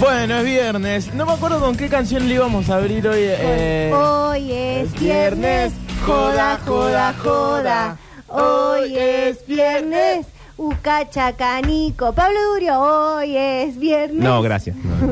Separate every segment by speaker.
Speaker 1: Bueno, es viernes. No me acuerdo con qué canción le íbamos a abrir hoy. eh,
Speaker 2: Hoy es viernes, joda, joda, joda. Hoy es viernes, ucacha canico. Pablo Durio, hoy es viernes.
Speaker 3: No, gracias. No,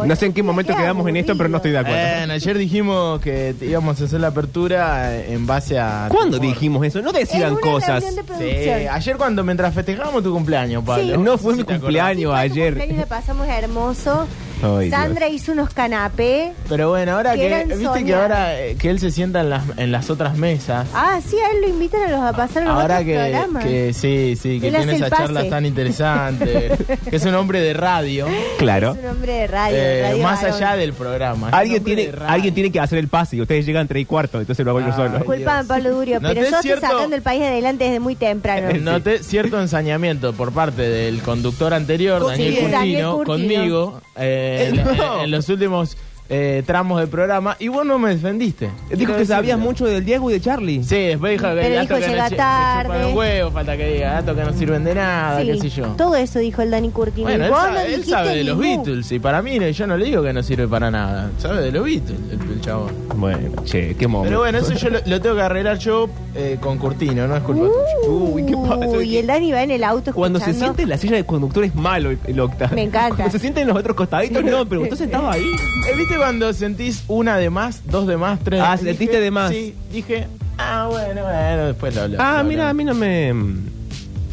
Speaker 2: Uy,
Speaker 3: No sé en qué momento
Speaker 2: qué
Speaker 3: quedamos en esto, pero no estoy de acuerdo.
Speaker 1: Bueno, ayer dijimos que te- íbamos a hacer la apertura en base a. tu
Speaker 3: ¿Cuándo
Speaker 1: humor.
Speaker 3: dijimos eso? No decían
Speaker 2: En una
Speaker 3: cosas.
Speaker 2: reunión de pro-
Speaker 1: Sí, ayer cuando mientras festejábamos tu cumpleaños, Pablo.
Speaker 2: Sí.
Speaker 3: No fue
Speaker 1: sé
Speaker 3: mi
Speaker 1: si te acordás.
Speaker 3: cumpleaños
Speaker 2: Fue tu
Speaker 3: ayer.
Speaker 2: cumpleaños, la pasamos hermoso.
Speaker 3: Ay, Dios.
Speaker 2: Sandra hizo unos canapés.
Speaker 1: Pero bueno, ahora que.
Speaker 2: Quieran
Speaker 1: Viste
Speaker 2: soñar.
Speaker 1: que ahora eh, que él se sienta en las, en las otras mesas.
Speaker 2: Ah, sí, a él lo invitan a los a pasar a los
Speaker 1: Ahora
Speaker 2: otros
Speaker 1: que,
Speaker 2: programas.
Speaker 1: que sí, sí, que
Speaker 2: Él hace
Speaker 1: tiene
Speaker 2: el
Speaker 1: esa
Speaker 2: pase.
Speaker 1: charla tan interesante, que es un hombre de radio,
Speaker 3: Claro.
Speaker 2: Es un hombre de radio.
Speaker 1: eh,
Speaker 2: radio
Speaker 1: más
Speaker 2: varón.
Speaker 1: allá del programa. es un
Speaker 3: Alguien
Speaker 1: hombre
Speaker 3: tiene,
Speaker 1: de radio.
Speaker 3: alguien tiene que hacer el pase y ustedes llegan tres y cuarto, entonces lo hago yo
Speaker 1: Ay,
Speaker 3: solo.
Speaker 1: Dios.
Speaker 2: Disculpa, Pablo Durio,
Speaker 1: No,
Speaker 2: pero
Speaker 1: es
Speaker 2: yo estoy
Speaker 1: cierto.
Speaker 2: sacando el país adelante desde muy
Speaker 3: Eh,
Speaker 2: temprano.
Speaker 1: Noté cierto ensañamiento por parte del conductor anterior,
Speaker 2: Sí,
Speaker 1: Daniel, Curtino,
Speaker 2: Daniel Curtino.
Speaker 1: conmigo, eh,
Speaker 3: Eh,
Speaker 1: en-
Speaker 3: no.
Speaker 1: en, los últimos eh, tramos del programa, y vos no me defendiste.
Speaker 3: Dijo que sabías mucho del Diego y de Charlie.
Speaker 1: Sí, después dijo que
Speaker 2: Pero dijo,
Speaker 1: que no
Speaker 2: llega
Speaker 1: che- que chupan
Speaker 2: tarde.
Speaker 1: un huevo, falta que diga, datos que no sirven de nada,
Speaker 2: Sí,
Speaker 1: qué sé yo.
Speaker 2: Todo eso dijo el Dani Curtino.
Speaker 1: Bueno,
Speaker 2: Y
Speaker 1: él
Speaker 2: vos
Speaker 1: sabe,
Speaker 2: no
Speaker 1: él
Speaker 2: dijiste
Speaker 1: sabe de los
Speaker 2: ningún-
Speaker 1: Beatles y para mí no- yo no le digo que no sirve para nada. Sabe de los Beatles el, el chabón.
Speaker 3: Bueno, che, qué momento.
Speaker 1: Pero bueno, eso yo lo, lo tengo que arreglar yo eh, con Curtino, no es
Speaker 2: Uh.
Speaker 1: culpa tuya.
Speaker 3: Uy, ¿qué pasa?
Speaker 2: Uy, el Dani va en el auto
Speaker 3: Cuando se
Speaker 2: escuchando.
Speaker 3: siente en la silla de conductor es malo el- el octa.
Speaker 2: Me encanta.
Speaker 3: Cuando se siente en los otros costaditos, no, pero usted sentado ahí.
Speaker 1: Eh, ¿Viste cuando sentís una de más, dos de más, tres
Speaker 3: Ah,
Speaker 1: Dije-
Speaker 3: sentiste de más.
Speaker 1: Sí, dije, ah, bueno, bueno, después lo hablo.
Speaker 3: Ah,
Speaker 1: lo
Speaker 3: mira, a
Speaker 1: hablamos.
Speaker 3: mí no me.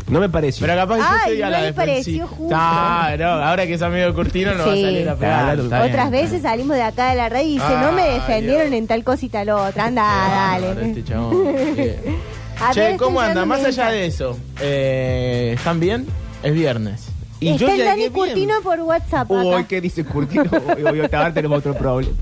Speaker 3: No me pareció.
Speaker 1: Pero capaz que yo
Speaker 2: Ay,
Speaker 1: estoy a
Speaker 2: no
Speaker 1: la
Speaker 2: le
Speaker 1: defensiva.
Speaker 2: pareció justo.
Speaker 1: Ah, no, ahora que es amigo de Curtino no va a
Speaker 2: Sí.
Speaker 1: salir a pegar.
Speaker 3: Claro,
Speaker 1: Está bien.
Speaker 2: Otras veces salimos de acá de la red y dice, no me
Speaker 1: Ay,
Speaker 2: defendieron
Speaker 1: Dios.
Speaker 2: en tal cosa y tal otra. Anda,
Speaker 1: Ah, no,
Speaker 2: dale.
Speaker 1: este chabón. Bien.
Speaker 2: A ver,
Speaker 1: Che, ¿cómo
Speaker 2: estoy
Speaker 1: anda?
Speaker 2: llegando
Speaker 1: Más
Speaker 2: un
Speaker 1: allá
Speaker 2: mensaje.
Speaker 1: de eso, eh, ¿están bien? Es viernes.
Speaker 3: Y yo
Speaker 2: Está el
Speaker 3: llegué
Speaker 2: Dani
Speaker 3: bien.
Speaker 2: Curtino por WhatsApp
Speaker 3: Uy,
Speaker 2: acá.
Speaker 3: ¿qué dice Curtino? Uy, uy, ahora tenemos otro problema.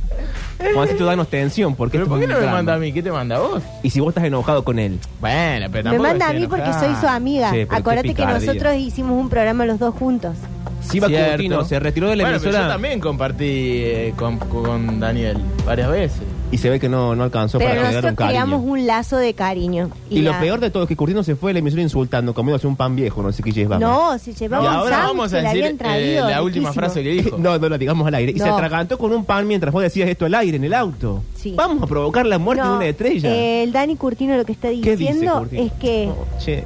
Speaker 3: Juancito, danos tensión, porque
Speaker 1: ¿Pero
Speaker 3: esto
Speaker 1: por
Speaker 3: es
Speaker 1: qué
Speaker 3: un
Speaker 1: no me
Speaker 3: drama.
Speaker 1: manda a mí? ¿Qué te manda a vos?
Speaker 3: Y si vos estás enojado con él.
Speaker 1: Bueno, pero
Speaker 2: Me
Speaker 1: tampoco
Speaker 2: manda a
Speaker 1: estoy
Speaker 2: mí porque
Speaker 1: enojado.
Speaker 2: soy su amiga.
Speaker 3: Sí, pero qué
Speaker 2: Acordate que
Speaker 3: picardía.
Speaker 2: nosotros hicimos un programa los dos juntos.
Speaker 3: Si va
Speaker 1: Cierto.
Speaker 3: Curtino, se retiró de la
Speaker 1: Bueno, pero
Speaker 3: emisora
Speaker 1: yo también compartí eh, con, con Daniel varias veces.
Speaker 3: y se ve que no, no alcanzó
Speaker 2: Pero
Speaker 3: para pegar
Speaker 2: nosotros
Speaker 3: un cariño.
Speaker 2: creamos un lazo de cariño.
Speaker 3: Y lo
Speaker 2: la-
Speaker 3: peor de todo es que Curtino se fue de la emisora insultando, comiéndose un pan viejo, no sé qué llevaba.
Speaker 2: No, se
Speaker 1: y
Speaker 2: llevaba un
Speaker 1: ahora vamos
Speaker 2: sándwich
Speaker 1: a
Speaker 2: Eh, que
Speaker 1: decir
Speaker 2: le habían traído.
Speaker 1: eh, la última
Speaker 2: riquísimo.
Speaker 1: frase que dijo.
Speaker 3: No, no lo digamos al aire. Y se
Speaker 2: No.
Speaker 3: atragantó con un pan mientras vos decías esto al aire, en el auto.
Speaker 2: Sí.
Speaker 3: Vamos a provocar la muerte
Speaker 2: No,
Speaker 3: de una estrella.
Speaker 2: eh, El Dani Curtino lo que está
Speaker 3: ¿Qué dice
Speaker 2: diciendo
Speaker 3: Curtino?
Speaker 2: es que
Speaker 3: Oh, che.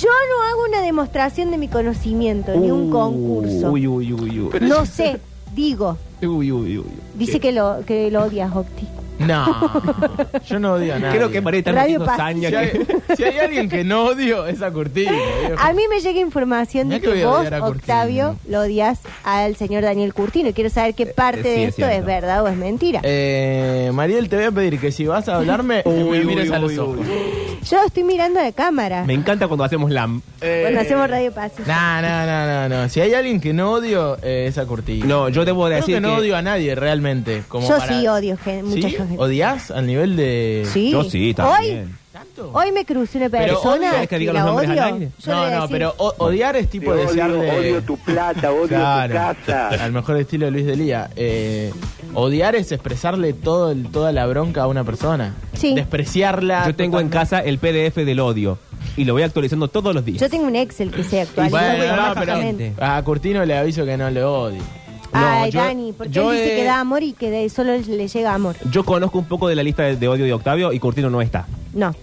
Speaker 2: yo no hago una demostración de mi conocimiento ni un
Speaker 3: Uh,
Speaker 2: concurso.
Speaker 3: Uy, uy, uy, uy.
Speaker 2: No sé, digo.
Speaker 3: Uy, uy, uy.
Speaker 2: Dice que lo, que lo odias, Octi.
Speaker 1: No, yo no odio a nadie.
Speaker 3: Creo que Marieta no
Speaker 2: Radio
Speaker 3: tiene
Speaker 2: Paz.
Speaker 3: saña
Speaker 1: Si
Speaker 3: que...
Speaker 1: hay, si hay alguien que no odio, es a Curtino. viejo.
Speaker 2: A mí me llega información de
Speaker 1: Mirá que voy
Speaker 2: que
Speaker 1: a
Speaker 2: vos,
Speaker 1: odiar a Curtino.
Speaker 2: Octavio, lo odias al señor Daniel Curtino. Y quiero saber qué parte
Speaker 3: Eh, sí,
Speaker 2: de
Speaker 3: es
Speaker 2: esto es,
Speaker 3: cierto.
Speaker 2: verdad o es mentira.
Speaker 1: Eh, Mariel, te voy a pedir que si vas a hablarme,
Speaker 3: Uy,
Speaker 1: me
Speaker 3: uy,
Speaker 1: mires a los
Speaker 3: uy,
Speaker 1: ojos.
Speaker 3: uy.
Speaker 2: Yo estoy mirando la cámara
Speaker 3: Eh, Me eh, encanta cuando hacemos la...
Speaker 2: cuando hacemos Radio Paz.
Speaker 1: No, no, no, no, no. Si hay alguien que no odio, eh, es a Curtino.
Speaker 3: No, yo debo
Speaker 1: Creo
Speaker 3: decir
Speaker 1: que no
Speaker 3: que-
Speaker 1: odio a nadie realmente. Como
Speaker 2: Yo
Speaker 1: para-
Speaker 2: sí odio gen- mucha
Speaker 1: ¿Sí?
Speaker 2: gente.
Speaker 1: ¿Odias al nivel de...?
Speaker 2: Sí.
Speaker 3: Yo sí, también.
Speaker 2: Hoy,
Speaker 1: ¿Tanto?
Speaker 2: hoy me crucé una
Speaker 1: Pero odio-
Speaker 2: persona
Speaker 3: ¿Querés que
Speaker 2: que
Speaker 3: diga los
Speaker 2: la
Speaker 3: nombres al
Speaker 2: odio.
Speaker 3: aire?
Speaker 2: Yo le
Speaker 1: No,
Speaker 2: voy a
Speaker 1: no,
Speaker 2: decir-
Speaker 1: pero o- odiar es
Speaker 4: Te
Speaker 1: tipo desear
Speaker 4: odio,
Speaker 1: de...
Speaker 4: odio tu plata, odio
Speaker 1: Claro.
Speaker 4: tu casa.
Speaker 1: Al mejor estilo de Luis de Lía. Eh, odiar es expresarle todo el- toda la bronca a una persona.
Speaker 2: Sí.
Speaker 1: Despreciarla.
Speaker 3: Yo tengo en
Speaker 1: totalmente.
Speaker 3: casa el PDF del odio y lo voy actualizando todos los días.
Speaker 2: Yo tengo un Excel que se actualiza
Speaker 1: Bueno, no,
Speaker 2: automáticamente.
Speaker 1: pero a Curtino le aviso que no le odie. No,
Speaker 2: Ay,
Speaker 1: yo-
Speaker 2: Dani, porque
Speaker 1: yo
Speaker 2: él dice
Speaker 1: he-
Speaker 2: que da amor y que de- solo le llega amor.
Speaker 3: Yo conozco un poco de la lista de, de odio de Octavio y Curtino no está.
Speaker 2: No.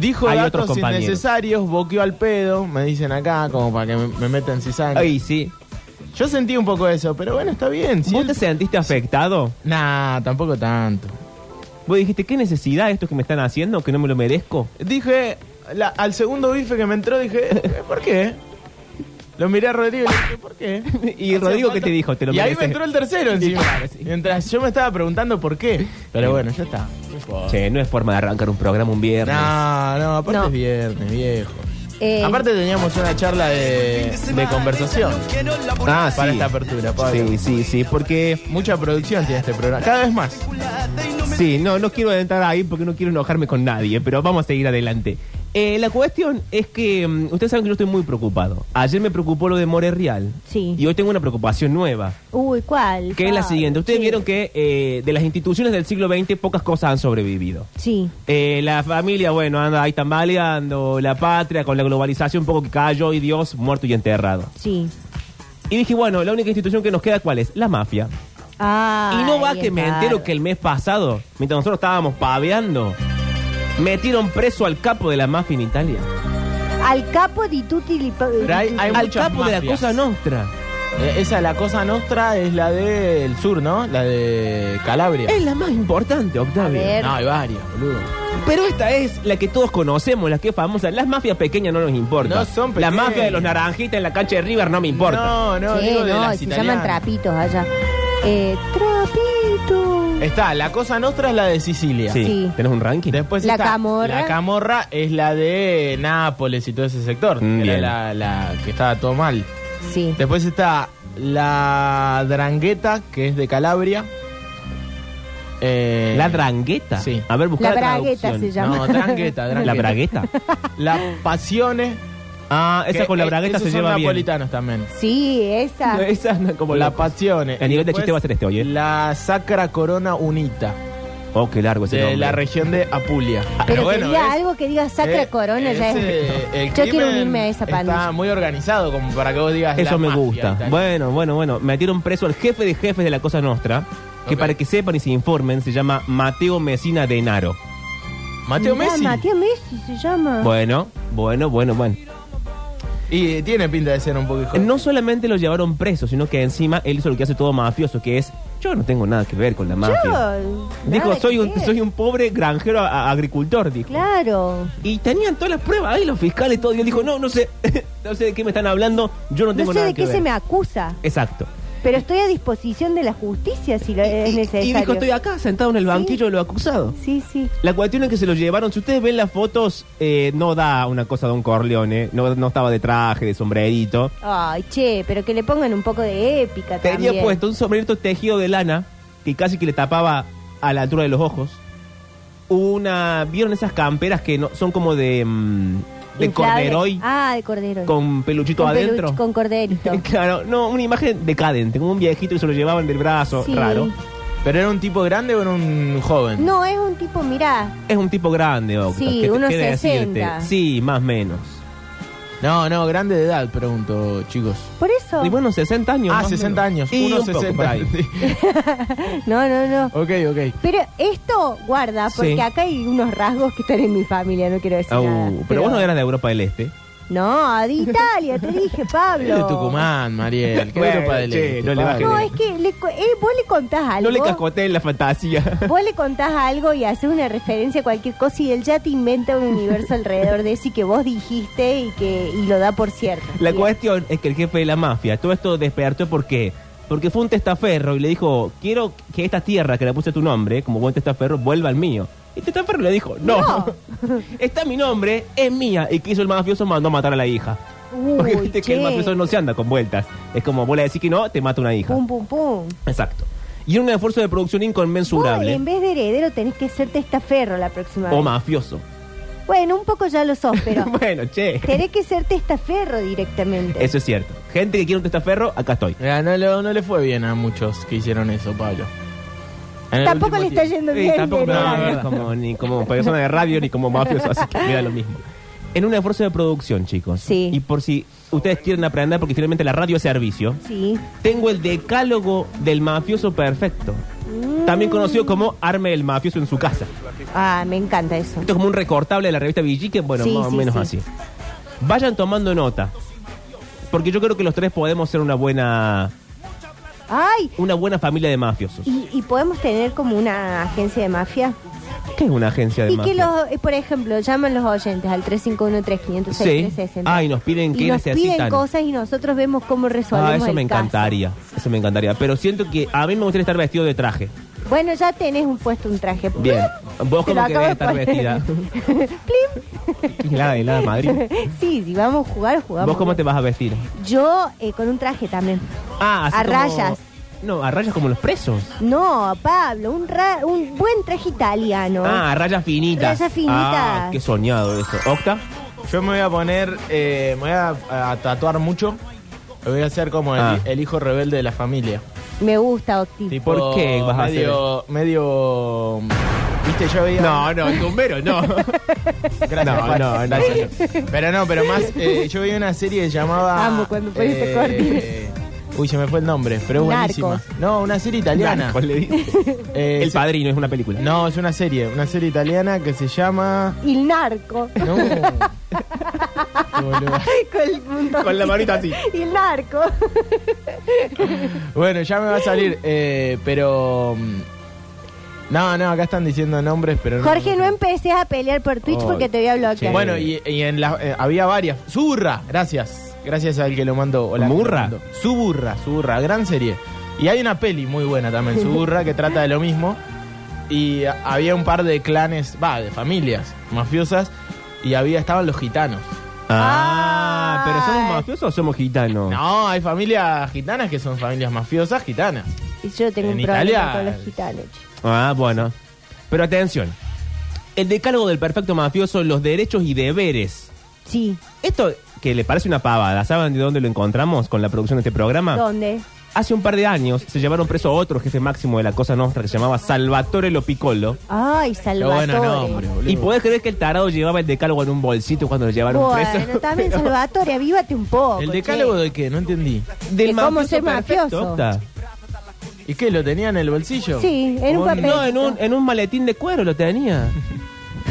Speaker 1: Dijo
Speaker 3: Hay
Speaker 1: datos
Speaker 3: otros compañeros.
Speaker 1: innecesarios, boqueó al pedo, me dicen acá, como para que me, me metan cizaña.
Speaker 3: Ay, sí.
Speaker 1: Yo sentí un poco eso, pero bueno, está bien. si
Speaker 3: ¿Vos
Speaker 1: él-
Speaker 3: te sentiste afectado?
Speaker 1: Nah, tampoco tanto.
Speaker 3: Vos dijiste, ¿qué necesidad esto que me están haciendo? ¿Que no me lo merezco?
Speaker 1: Dije, la- al segundo bife que me entró, dije, eh, ¿por qué? Lo miré a Rodrigo y le dije, ¿por qué?
Speaker 3: Y
Speaker 1: Hacía
Speaker 3: Rodrigo, ¿qué
Speaker 1: falta-
Speaker 3: te dijo? Te lo
Speaker 1: y ahí
Speaker 3: mereces.
Speaker 1: me entró el tercero encima. Mientras yo me estaba preguntando por qué. Pero bueno, ya está. No importa.
Speaker 3: Che, no es forma de arrancar un programa un viernes.
Speaker 1: No, no, aparte
Speaker 2: No.
Speaker 1: es viernes, viejo.
Speaker 2: Eh,
Speaker 1: Aparte teníamos una charla de, de conversación
Speaker 3: Ah,
Speaker 1: para
Speaker 3: sí.
Speaker 1: esta apertura, Pablo.
Speaker 3: Sí, sí, sí, porque...
Speaker 1: Mucha producción tiene este programa, cada vez más.
Speaker 3: Sí, no, no quiero entrar ahí porque no quiero enojarme con nadie, pero vamos a seguir adelante. Eh, la cuestión es que mm, ustedes saben que yo estoy muy preocupado. Ayer me preocupó lo de More Real.
Speaker 2: Sí.
Speaker 3: Y hoy tengo una preocupación nueva,
Speaker 2: Uy, ¿cuál?
Speaker 3: que es la
Speaker 2: Pablo?
Speaker 3: siguiente. Ustedes
Speaker 2: Sí.
Speaker 3: vieron que eh, de las instituciones del siglo XX pocas cosas han sobrevivido.
Speaker 2: Sí.
Speaker 3: Eh, la familia, bueno, anda ahí tambaleando, la patria con la globalización un poco que cayó y Dios muerto y enterrado.
Speaker 2: Sí.
Speaker 3: Y dije, bueno, la única institución que nos queda, ¿cuál es? La mafia.
Speaker 2: Ay,
Speaker 3: y no va que me
Speaker 2: claro.
Speaker 3: entero que el mes pasado, mientras nosotros estábamos paveando, metieron preso al capo de la mafia en Italia.
Speaker 2: Al capo di tutti li-
Speaker 1: Pero hay- hay
Speaker 3: al
Speaker 1: muchas
Speaker 3: capo de la
Speaker 1: mafias.
Speaker 3: Cosa Nostra.
Speaker 1: Eh, Esa, la cosa nostra, es la del sur, ¿no? La de Calabria.
Speaker 3: Es la más importante, Octavio.
Speaker 2: A ver.
Speaker 1: No, hay varias, boludo.
Speaker 3: Pero esta es la que todos conocemos, la que es famosa. Las mafias pequeñas no nos importan.
Speaker 1: No son
Speaker 3: La
Speaker 1: pequeñas.
Speaker 3: mafia de los naranjitas en la cancha de River no me importa.
Speaker 1: No, no,
Speaker 2: Sí,
Speaker 1: digo de
Speaker 2: no,
Speaker 1: las
Speaker 2: se
Speaker 1: italianas.
Speaker 2: llaman trapitos allá. Eh,
Speaker 3: Eh.
Speaker 2: trapitos.
Speaker 1: Está, la cosa nostra es la de Sicilia.
Speaker 3: Sí.
Speaker 2: Sí.
Speaker 3: ¿Tenés un ranking?
Speaker 1: Después
Speaker 2: La
Speaker 1: está-
Speaker 2: camorra.
Speaker 1: La camorra es la de Nápoles y todo ese sector.
Speaker 3: Mm,
Speaker 1: que
Speaker 3: bien.
Speaker 1: era la, la que estaba todo mal.
Speaker 2: Sí.
Speaker 1: Después está la Drangueta, que es de Calabria. Eh,
Speaker 3: La drangueta.
Speaker 1: Sí.
Speaker 3: A ver, buscá
Speaker 2: La
Speaker 3: la
Speaker 2: bragueta
Speaker 3: traducción.
Speaker 2: se llama.
Speaker 1: No, Drangueta, Drangueta.
Speaker 3: ¿La bragueta?
Speaker 1: La Pasiones.
Speaker 3: Ah, esa
Speaker 1: que
Speaker 3: con la
Speaker 1: es-
Speaker 3: bragueta
Speaker 1: esos
Speaker 3: se lleva
Speaker 1: son
Speaker 3: bien.
Speaker 1: napolitanos también.
Speaker 2: Sí, esa.
Speaker 3: No, Esa anda como
Speaker 1: la
Speaker 3: la paz.
Speaker 1: Pasiones.
Speaker 3: El nivel de
Speaker 1: Después,
Speaker 3: chiste va a ser este hoy, ¿eh?
Speaker 1: La Sacra Corona Unita,
Speaker 3: Oh, qué largo ese
Speaker 1: de
Speaker 3: nombre.
Speaker 1: la región de Apulia.
Speaker 2: Pero quería
Speaker 1: ¿ves?
Speaker 2: algo que diga Sacra
Speaker 1: Eh,
Speaker 2: Corona. ya
Speaker 1: ese-
Speaker 2: es-
Speaker 1: el
Speaker 2: Yo quiero
Speaker 1: crimen
Speaker 2: unirme a esa
Speaker 1: Está
Speaker 2: pandilla.
Speaker 1: muy organizado como para que vos digas. la
Speaker 3: Eso me
Speaker 1: mafia
Speaker 3: gusta.
Speaker 1: y tal.
Speaker 3: Bueno, bueno, bueno. Metieron preso al jefe de jefes de la Cosa Nostra, que
Speaker 1: Ok.
Speaker 3: para que sepan y se informen, se llama Mateo Mesina de Enaro.
Speaker 1: Mateo
Speaker 2: Mirá,
Speaker 1: Messi.
Speaker 2: Mateo Messi se llama.
Speaker 3: Bueno, bueno, bueno, bueno.
Speaker 1: Y eh, tiene pinta de ser un poco hijo.
Speaker 3: Eh, No solamente lo llevaron preso, sino que encima él hizo lo que hace todo mafioso, que es yo no tengo nada que ver con la mafia.
Speaker 2: Yo,
Speaker 3: Dijo,
Speaker 2: nada
Speaker 3: soy
Speaker 2: que
Speaker 3: un,
Speaker 2: ver.
Speaker 3: soy un pobre granjero a- a- agricultor, dijo.
Speaker 2: Claro.
Speaker 3: Y tenían todas las pruebas ahí, los fiscales, todo. Y él dijo, no, no sé, no sé de qué me están hablando, yo no
Speaker 2: No,
Speaker 3: tengo
Speaker 2: sé
Speaker 3: nada
Speaker 2: de
Speaker 3: que
Speaker 2: qué
Speaker 3: ver.
Speaker 2: se me acusa,
Speaker 3: Exacto.
Speaker 2: pero estoy a disposición de la justicia si lo es
Speaker 3: y, y
Speaker 2: necesario.
Speaker 3: dijo, estoy acá, sentado en el banquillo de los acusados.
Speaker 2: Sí, sí.
Speaker 3: La cuestión es que se lo llevaron. Si ustedes ven las fotos, eh, no da una cosa de un Corleone. No, no estaba de traje, de sombrerito.
Speaker 2: Ay, che, pero que le pongan un poco de épica
Speaker 3: Tenía
Speaker 2: también.
Speaker 3: puesto un sombrerito tejido de lana que casi que le tapaba a la altura de los ojos. Una. ¿Vieron esas camperas que no, son como de. mm, de
Speaker 2: Inflable.
Speaker 3: corderoy?
Speaker 2: Ah, de corderoy.
Speaker 3: Con peluchito
Speaker 2: Con peluche,
Speaker 3: adentro.
Speaker 2: Con corderito.
Speaker 3: claro, no, una imagen decadente, como un viejito que se lo llevaban del brazo,
Speaker 2: Sí.
Speaker 3: raro.
Speaker 1: ¿Pero era un tipo grande o era un joven?
Speaker 2: No, es un tipo, mirá,
Speaker 3: Es un tipo grande, Octa,
Speaker 2: Sí,
Speaker 3: ¿qué-
Speaker 2: unos
Speaker 3: qué decirte?
Speaker 2: 60.
Speaker 3: Sí, más o menos.
Speaker 1: No, no, grande de edad, pregunto, chicos.
Speaker 2: por eso.
Speaker 3: Y bueno, 60 años.
Speaker 1: Ah,
Speaker 3: más o
Speaker 1: 60 años.
Speaker 3: menos. Y
Speaker 1: unos
Speaker 3: un poco por
Speaker 1: 60.
Speaker 3: ahí.
Speaker 2: No, no, no.
Speaker 1: ok, ok.
Speaker 2: Pero esto, guarda, porque
Speaker 3: Sí.
Speaker 2: acá hay unos rasgos que están en mi familia, no quiero decir
Speaker 3: Au,
Speaker 2: nada.
Speaker 3: pero, vos no eras de Europa del Este.
Speaker 2: No, de Italia, te dije,
Speaker 1: Es de
Speaker 2: Pablo.
Speaker 1: Tucumán, Mariel. ¿Qué
Speaker 3: Bueno,
Speaker 1: Europa del
Speaker 3: che,
Speaker 1: Este,
Speaker 3: no le
Speaker 1: Pablo?
Speaker 3: bajes.
Speaker 2: No, es que le co- eh, vos le contás algo.
Speaker 3: No le cascotees la fantasía.
Speaker 2: Vos le contás algo y haces una referencia a cualquier cosa y él ya te inventa un universo alrededor de eso y que vos dijiste y que y lo da por cierto.
Speaker 3: La
Speaker 2: Bien.
Speaker 3: cuestión es que el jefe de la mafia, todo esto despertó porque porque fue un testaferro y le dijo, quiero que esta tierra que le puse a tu nombre, como buen testaferro, vuelva al mío. Y el testaferro le dijo, no,
Speaker 2: No.
Speaker 3: está mi nombre, es mía. Y que hizo el mafioso, mandó a matar a la hija. Porque
Speaker 2: Uy,
Speaker 3: viste que el
Speaker 2: che.
Speaker 3: mafioso no se anda con vueltas. Es como, vos le decís que no, te mata una hija.
Speaker 2: Pum, pum, pum.
Speaker 3: Exacto. Y era un esfuerzo de producción
Speaker 2: Vos,
Speaker 3: inconmensurable.
Speaker 2: en vez de heredero tenés que ser testaferro la próxima vez.
Speaker 3: O mafioso.
Speaker 2: Bueno, un poco ya lo sos, pero
Speaker 3: bueno, che.
Speaker 2: tenés que ser testaferro directamente.
Speaker 3: Eso es cierto. Gente que quiere un testaferro, acá estoy.
Speaker 1: Mirá, no, le- no le fue bien a muchos que hicieron eso, Pablo. En el
Speaker 2: Tampoco le
Speaker 1: último
Speaker 2: está
Speaker 1: tiempo.
Speaker 2: yendo
Speaker 3: Sí,
Speaker 2: bien.
Speaker 3: tampoco
Speaker 2: pero-
Speaker 1: no,
Speaker 3: me
Speaker 1: no,
Speaker 3: va
Speaker 1: no.
Speaker 3: como, ni como persona de radio ni como mafioso, así que me da lo mismo. En un esfuerzo de producción, chicos.
Speaker 2: Sí.
Speaker 3: Y por si ustedes quieren aprender, porque finalmente la radio es servicio,
Speaker 2: Sí.
Speaker 3: tengo el decálogo del mafioso perfecto.
Speaker 2: Mm.
Speaker 3: También conocido como Arme el mafioso en su casa.
Speaker 2: Ah, me encanta eso.
Speaker 3: Esto es como un recortable de la revista Villique, bueno,
Speaker 2: Sí,
Speaker 3: más o
Speaker 2: sí,
Speaker 3: menos
Speaker 2: sí.
Speaker 3: así. Vayan tomando nota. Porque yo creo que los tres podemos ser una buena
Speaker 2: Ay,
Speaker 3: una buena familia de mafiosos.
Speaker 2: y, y podemos tener como una agencia de mafia.
Speaker 3: ¿Qué es una agencia de
Speaker 2: Y que
Speaker 3: mafias?
Speaker 2: los, eh, por ejemplo, llaman los oyentes al 351-3506-360.
Speaker 3: Sí. Ah, y nos piden
Speaker 2: Y
Speaker 3: que
Speaker 2: nos piden
Speaker 3: necesitan.
Speaker 2: cosas y nosotros vemos cómo resolvemos
Speaker 3: Ah, eso
Speaker 2: el
Speaker 3: me
Speaker 2: caso.
Speaker 3: encantaría. Eso me encantaría. Pero siento que a mí me gustaría estar vestido de traje.
Speaker 2: Bueno, ya tenés un puesto, un traje.
Speaker 3: Bien. Vos
Speaker 2: Te lo
Speaker 3: como que
Speaker 2: acabo
Speaker 3: debes
Speaker 2: de
Speaker 3: estar
Speaker 2: poner.
Speaker 3: vestida. Y la de la de Madrid.
Speaker 2: sí, si vamos a jugar, jugamos.
Speaker 3: ¿Vos cómo te vas a vestir?
Speaker 2: Yo eh, con un traje también.
Speaker 3: Ah, así
Speaker 2: A
Speaker 3: como-
Speaker 2: rayas.
Speaker 3: No, a rayas como los presos.
Speaker 2: No, Pablo, un, ra- un buen traje italiano.
Speaker 3: Ah, a rayas finitas.
Speaker 2: Rayas finitas.
Speaker 3: Ah, qué soñado eso. Octa.
Speaker 1: Yo me voy a poner, eh, me voy a, a tatuar mucho. Lo voy a hacer como el-
Speaker 3: Ah.
Speaker 1: el, hijo rebelde de la familia.
Speaker 2: Me gusta, Octi.
Speaker 1: Tipo,
Speaker 3: ¿Por qué vas a hacer
Speaker 1: medio, Medio. ¿Viste? Yo veía.
Speaker 3: no, tumbero, no.
Speaker 1: Gracias,
Speaker 3: No,
Speaker 1: Pachi.
Speaker 3: no, no.
Speaker 1: Gracias. Pero no, pero más. eh, yo vi una serie que llamaba.
Speaker 2: Amo cuando ponés ese
Speaker 1: eh, Uy, se me fue el nombre, pero es buenísima.
Speaker 2: este Narcos.
Speaker 1: No, una serie italiana.
Speaker 3: Narcos, le dice.
Speaker 1: Eh,
Speaker 3: El
Speaker 1: se-
Speaker 3: Padrino es una película.
Speaker 1: No, es una serie, una serie italiana que se llama.
Speaker 2: Y el narco.
Speaker 1: No. Qué boludo.
Speaker 2: Con el punto.
Speaker 3: Con la manita así.
Speaker 2: Y el narco.
Speaker 1: bueno, ya me va a salir, eh, pero. mm, No, no, acá están diciendo nombres, pero no.
Speaker 2: Jorge, no empeces a pelear por Twitch
Speaker 3: Oh,
Speaker 2: porque te voy a bloquear.
Speaker 1: Bueno, y, y en la, eh, había varias. Suburra, gracias. Gracias al que lo mandó. Hola,
Speaker 3: ¿Murra?
Speaker 1: Fernando. Suburra, Suburra, gran serie. Y hay una peli muy buena también, Suburra, que trata de lo mismo. Y a- había un par de clanes, va, de familias mafiosas. Y había estaban los gitanos.
Speaker 3: Ah, pero
Speaker 2: Ay.
Speaker 3: ¿somos mafiosos o somos gitanos?
Speaker 1: No, hay familias gitanas que son familias mafiosas gitanas.
Speaker 2: Y yo tengo
Speaker 1: en
Speaker 2: un problema
Speaker 1: Italia-
Speaker 2: con los gitanos. che.
Speaker 3: Ah, bueno. Pero atención. El decálogo del perfecto mafioso, los derechos y deberes.
Speaker 2: Sí.
Speaker 3: Esto que le parece una pavada, ¿saben de dónde lo encontramos con la producción de este programa?
Speaker 2: ¿Dónde?
Speaker 3: Hace un par de años se llevaron preso a otro jefe máximo de la Cosa Nostra que se llamaba Salvatore Lo Piccolo.
Speaker 2: Ay, Salvatore.
Speaker 1: nombre, boludo.
Speaker 3: Y podés creer que el tarado llevaba el decálogo en un bolsito cuando lo llevaron
Speaker 2: Bueno,
Speaker 3: preso.
Speaker 2: también Salvatore, avívate un poco.
Speaker 1: ¿El decálogo
Speaker 2: che.
Speaker 1: de qué? No entendí.
Speaker 3: Del
Speaker 2: ¿De cómo
Speaker 3: mafioso
Speaker 2: ser
Speaker 3: perfecto,
Speaker 2: mafioso?
Speaker 3: Octa.
Speaker 1: ¿Y qué? ¿Lo tenía en el bolsillo?
Speaker 2: Sí, en un
Speaker 1: Con-
Speaker 2: papel.
Speaker 3: No, en un, en un maletín de cuero lo tenía.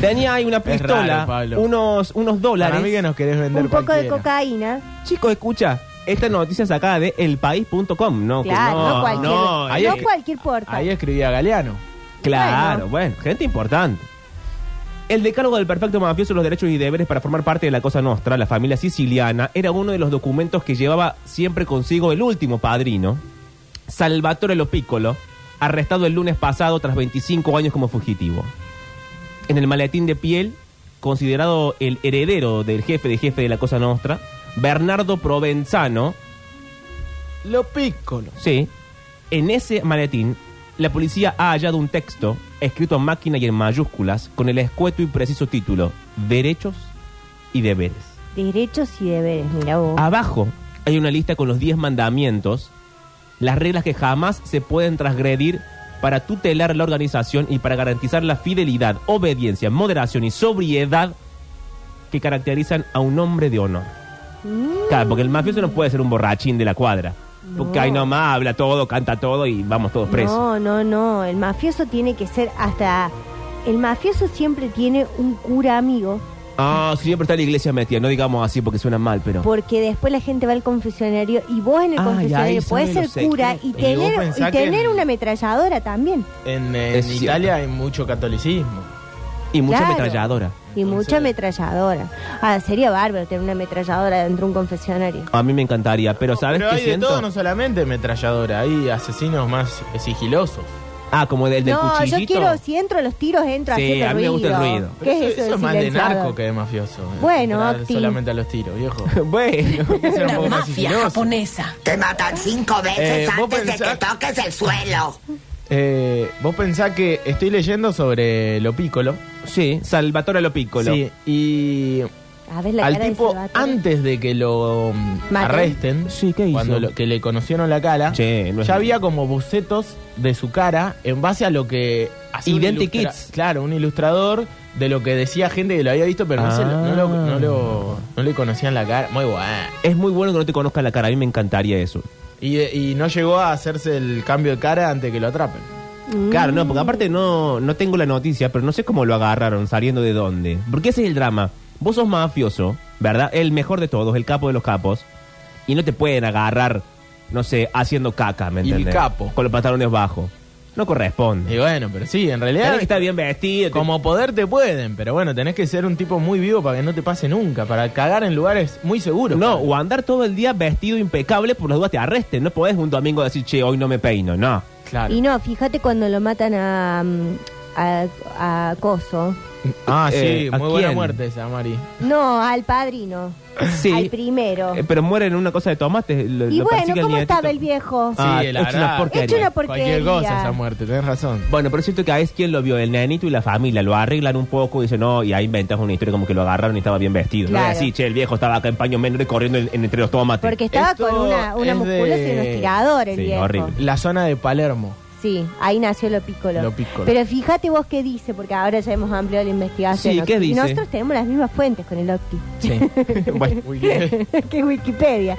Speaker 3: Tenía ahí una
Speaker 1: raro,
Speaker 3: pistola,
Speaker 1: Pablo.
Speaker 3: unos, unos dólares.
Speaker 1: Para mí que nos querés vender
Speaker 2: Un poco de
Speaker 1: cualquiera.
Speaker 2: cocaína.
Speaker 3: Chicos, escucha, esta noticia sacada de elpaís.com, ¿no? que
Speaker 2: Claro, no, cualquier,
Speaker 3: no,
Speaker 2: no,
Speaker 3: ahí es que-
Speaker 2: cualquier puerta.
Speaker 1: Ahí escribía Galeano.
Speaker 3: Claro, bueno. gente importante. El decálogo del perfecto mafioso de los derechos y deberes para formar parte de la Cosa Nostra, la familia siciliana, era uno de los documentos que llevaba siempre consigo el último padrino, Salvatore Lo Piccolo, arrestado el lunes pasado tras 25 años como fugitivo. En el maletín de piel, considerado el heredero del jefe de jefe de la Cosa Nostra, Bernardo Provenzano,
Speaker 1: Lo pícolo.
Speaker 3: Sí. En ese maletín, la policía ha hallado un texto escrito en máquina y en mayúsculas con el escueto y preciso título Derechos y deberes.
Speaker 2: Derechos y deberes, mira vos.
Speaker 3: Abajo hay una lista con los 10 mandamientos, las reglas que jamás se pueden transgredir para tutelar la organización y para garantizar la fidelidad, obediencia, moderación y sobriedad que caracterizan a un hombre de honor.
Speaker 2: Mm.
Speaker 3: Claro, porque el mafioso no puede ser un borrachín de la cuadra. Porque
Speaker 2: No.
Speaker 3: ahí nomás habla todo, canta todo y vamos todos presos.
Speaker 2: No, no, no. El mafioso tiene que ser hasta. El mafioso siempre tiene un cura amigo,
Speaker 3: Ah, siempre está la iglesia metida, no digamos así porque suena mal, pero.
Speaker 2: porque después la gente va al confesionario y vos en el
Speaker 3: Ah, y ahí
Speaker 2: confesionario
Speaker 3: sabe
Speaker 2: podés ser
Speaker 3: los secretos.
Speaker 2: cura y
Speaker 1: Y vos
Speaker 2: tener,
Speaker 1: pensá
Speaker 2: y
Speaker 1: que
Speaker 2: tener
Speaker 1: en-
Speaker 2: una ametralladora también.
Speaker 1: En, en
Speaker 3: Es cierto.
Speaker 1: Italia hay mucho catolicismo.
Speaker 3: Y mucha
Speaker 2: Claro.
Speaker 3: ametralladora.
Speaker 2: Y
Speaker 1: Entonces-
Speaker 2: mucha ametralladora. Ah, sería bárbaro tener una ametralladora dentro de un confesionario.
Speaker 3: A mí me encantaría, pero ¿sabes
Speaker 1: Pero
Speaker 3: qué
Speaker 1: hay
Speaker 3: siento?
Speaker 1: de todo, no solamente metralladora, hay asesinos más eh, sigilosos.
Speaker 3: Ah, como del, del
Speaker 2: No,
Speaker 3: cuchillito.
Speaker 2: yo quiero, si entro a los tiros, entro
Speaker 3: Sí,
Speaker 2: haciendo
Speaker 3: a mí me gusta el ruido.
Speaker 1: Pero
Speaker 2: ¿Qué es eso,
Speaker 1: es
Speaker 2: de
Speaker 1: más de
Speaker 2: silenciador?
Speaker 1: narco que de mafioso. eh,
Speaker 2: Bueno,
Speaker 1: entrar
Speaker 2: Octi.
Speaker 1: solamente a los tiros, viejo.
Speaker 3: bueno,
Speaker 1: Hay que ser un
Speaker 4: La
Speaker 1: poco más
Speaker 4: mafia
Speaker 1: sigiloso.
Speaker 4: japonesa.
Speaker 5: Te matan cinco
Speaker 1: Eh,
Speaker 5: veces
Speaker 1: vos
Speaker 5: antes de que
Speaker 1: pensás-
Speaker 5: toques el suelo.
Speaker 1: Eh, Vos pensás que estoy leyendo sobre lo pícolo.
Speaker 3: sí, Salvatore Lo Piccolo.
Speaker 1: Sí, y
Speaker 2: A ver la
Speaker 1: al
Speaker 2: cara de
Speaker 1: tipo,
Speaker 2: Salvatore.
Speaker 1: antes de que lo mm,
Speaker 2: Maten.
Speaker 1: arresten,
Speaker 3: Sí, ¿qué hizo?
Speaker 1: cuando lo- que le conocieron la cara,
Speaker 3: Che, no es-
Speaker 1: ya había como bocetos de su cara en base a lo que hacía un
Speaker 3: Identikits.
Speaker 1: ilustra- Claro, un ilustrador de lo que decía gente que lo había visto, pero no, se-
Speaker 3: Ah.
Speaker 1: no, lo- no lo- no le conocían la cara. Muy bueno.
Speaker 3: Es muy bueno que no te conozca la cara, a mí me encantaría eso.
Speaker 1: Y, y no llegó a hacerse el cambio de cara antes que lo atrapen.
Speaker 3: Claro, no, porque aparte no, no tengo la noticia, pero no sé cómo lo agarraron, saliendo de dónde. Porque ese es el drama. Vos sos mafioso, ¿verdad? El mejor de todos, el capo de los capos. Y no te pueden agarrar, no sé, haciendo caca, ¿me
Speaker 1: Y el
Speaker 3: entiendes?
Speaker 1: capo.
Speaker 3: Con los pantalones bajos. No corresponde.
Speaker 1: Y bueno, pero sí, en realidad
Speaker 3: Tenés que estar bien vestido. te-
Speaker 1: eh, como poder te pueden, pero bueno, tenés que ser un tipo muy vivo para que no te pase nunca, para cagar en lugares muy seguros.
Speaker 3: No, o andar todo el día vestido impecable por las dudas te arresten. No podés un domingo decir, che, hoy no me peino. No.
Speaker 1: claro.
Speaker 2: Y no, fíjate cuando lo matan a, mm, a, a Coso.
Speaker 1: Ah, sí,
Speaker 3: Eh, ¿a
Speaker 1: muy buena
Speaker 3: quién?
Speaker 1: muerte esa, Mari.
Speaker 2: No, al padrino.
Speaker 3: Sí.
Speaker 2: Al primero.
Speaker 3: Eh, pero mueren en una cosa de tomate. Lo,
Speaker 2: y
Speaker 3: lo
Speaker 2: bueno,
Speaker 3: persigue el
Speaker 2: ¿cómo estaba
Speaker 3: nietito.
Speaker 2: el viejo?
Speaker 3: Ah,
Speaker 1: sí, la
Speaker 3: es una
Speaker 1: verdad.
Speaker 3: porquería.
Speaker 2: Es una porquería.
Speaker 1: Cualquier cosa esa muerte, tenés razón.
Speaker 3: Bueno, pero es cierto que a es quien lo vio, el nenito y la familia, lo arreglan un poco y dicen, no, y ahí inventas una historia como que lo agarraron y estaba bien vestido. No
Speaker 2: Claro.
Speaker 3: es así, che, el viejo estaba acá en paño menor y corriendo en- en entre los tomates.
Speaker 2: Porque estaba
Speaker 1: Esto
Speaker 2: con una, una
Speaker 1: es
Speaker 2: musculosa y
Speaker 1: de-
Speaker 2: un estirador el
Speaker 3: Sí,
Speaker 2: viejo.
Speaker 3: horrible.
Speaker 1: La zona de Palermo.
Speaker 2: Sí, ahí nació lo pícolo.
Speaker 1: Lo Piccolo.
Speaker 2: Pero fíjate vos qué dice, porque ahora ya hemos ampliado la investigación.
Speaker 3: Sí,
Speaker 2: ¿no?
Speaker 3: ¿qué
Speaker 2: Y
Speaker 3: dice?
Speaker 2: nosotros tenemos las mismas fuentes con el Octi,
Speaker 1: Sí.
Speaker 3: bueno,
Speaker 1: Uy, qué-
Speaker 2: que es Wikipedia.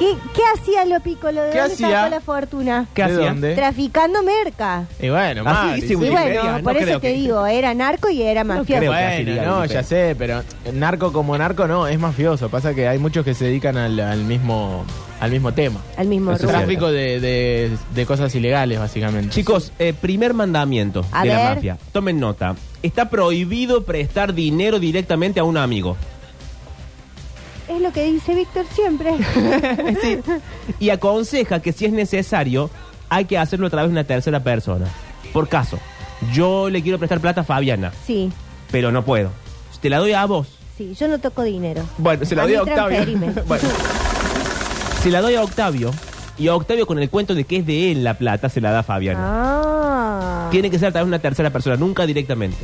Speaker 2: ¿Qué, qué hacía lo Piccolo? ¿De
Speaker 1: ¿Qué
Speaker 2: dónde
Speaker 1: hacía?
Speaker 2: sacó la fortuna?
Speaker 3: ¿Qué
Speaker 1: ¿De
Speaker 3: hacía?
Speaker 1: dónde?
Speaker 2: Traficando merca.
Speaker 1: Y bueno,
Speaker 3: Así
Speaker 1: Mari,
Speaker 3: dice
Speaker 1: sí.
Speaker 2: Y
Speaker 3: Wikipedia,
Speaker 2: bueno,
Speaker 3: no
Speaker 2: por eso
Speaker 3: creo
Speaker 2: te
Speaker 3: que-
Speaker 2: digo, era narco y era mafioso.
Speaker 3: creo. que
Speaker 1: Bueno,
Speaker 3: así,
Speaker 1: no,
Speaker 3: digamos,
Speaker 1: ya
Speaker 3: pero-
Speaker 1: sé, pero narco como narco no, es mafioso. Pasa que hay muchos que se dedican al, al mismo al mismo tema.
Speaker 2: Al mismo
Speaker 3: Eso es
Speaker 2: rubro.
Speaker 3: cierto.
Speaker 1: Tráfico de, de- de cosas ilegales, básicamente.
Speaker 3: Chicos, eh, primer mandamiento
Speaker 2: A
Speaker 3: de la
Speaker 2: ver.
Speaker 3: mafia. Tomen nota. Está prohibido prestar dinero directamente a un amigo.
Speaker 2: Es lo que dice Víctor siempre.
Speaker 3: Y aconseja que si es necesario, hay que hacerlo a través de una tercera persona. Por caso, yo le quiero prestar plata a Fabiana,
Speaker 2: sí,
Speaker 3: pero no puedo. Te la doy a vos.
Speaker 2: sí, yo no toco dinero.
Speaker 3: Bueno, se la
Speaker 2: A
Speaker 3: doy
Speaker 2: mí
Speaker 3: a Octavio.
Speaker 2: transferime.
Speaker 3: Bueno. Se la doy a Octavio. Y a Octavio con el cuento de que es de él la plata, se la da a Fabiana.
Speaker 2: Ah.
Speaker 3: Tiene que ser a través de una tercera persona, nunca directamente.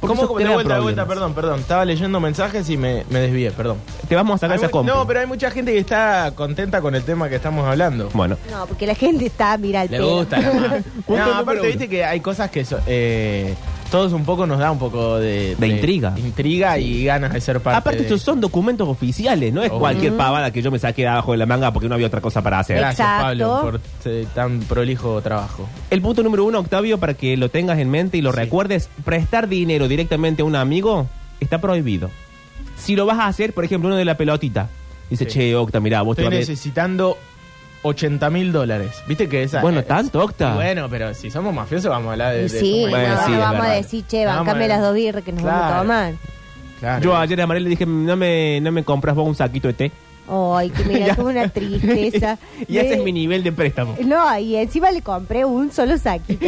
Speaker 3: Porque
Speaker 1: ¿Cómo?
Speaker 3: eso
Speaker 1: cómo?
Speaker 3: te
Speaker 1: De
Speaker 3: da
Speaker 1: vuelta, de vuelta,
Speaker 3: problemas.
Speaker 1: perdón, perdón. Estaba leyendo mensajes y me, me desvié, perdón.
Speaker 3: Te vamos a sacar
Speaker 1: Hay
Speaker 3: esa
Speaker 1: mu-
Speaker 3: compra.
Speaker 1: No, pero hay mucha gente que está contenta con el tema que estamos hablando.
Speaker 3: Bueno.
Speaker 2: No, porque la gente está, mira el
Speaker 1: Le
Speaker 2: pelo.
Speaker 1: gusta la mafia.
Speaker 3: Punto
Speaker 1: No,
Speaker 3: número
Speaker 1: aparte,
Speaker 3: uno.
Speaker 1: viste que hay cosas que so- eh, todos un poco nos da un poco de,
Speaker 3: De intriga.
Speaker 1: Intriga y ganas de ser parte.
Speaker 3: Aparte,
Speaker 1: de-
Speaker 3: estos son documentos oficiales, no es
Speaker 1: Obvio.
Speaker 3: cualquier pavada que yo me saqué de abajo de la manga porque no había otra cosa para hacer.
Speaker 1: Gracias,
Speaker 2: Exacto.
Speaker 1: Pablo, por eh, tan prolijo trabajo.
Speaker 3: El punto número uno, Octavio, para que lo tengas en mente y lo
Speaker 1: Sí.
Speaker 3: recuerdes, prestar dinero directamente a un amigo está prohibido. Si lo vas a hacer, por ejemplo, uno de la pelotita, dice,
Speaker 1: Sí.
Speaker 3: che, Octa, mirá, vos
Speaker 1: Estoy
Speaker 3: te vas a...
Speaker 1: necesitando 80 mil dólares. ¿Viste que esa.
Speaker 3: Bueno,
Speaker 1: es-
Speaker 3: tanto, Octa.
Speaker 1: Bueno, pero si somos mafiosos, vamos a hablar de.
Speaker 2: Y
Speaker 1: de
Speaker 2: sí,
Speaker 1: suma y
Speaker 3: Bueno,
Speaker 2: no,
Speaker 1: resta.
Speaker 3: sí,
Speaker 2: no
Speaker 3: es
Speaker 2: vamos a
Speaker 3: verdad.
Speaker 2: decir, che,
Speaker 1: Vamos
Speaker 2: bancame
Speaker 1: a-
Speaker 2: las dos birras que nos vamos a
Speaker 1: Claro.
Speaker 2: tomar.
Speaker 1: Claro.
Speaker 3: Yo ayer a Mariel le dije, no me, no me compras vos un saquito de té.
Speaker 2: Ay, que mira, es una tristeza.
Speaker 3: y ese
Speaker 2: Me-
Speaker 3: es mi nivel de préstamo.
Speaker 2: No, y encima le compré un solo saquito.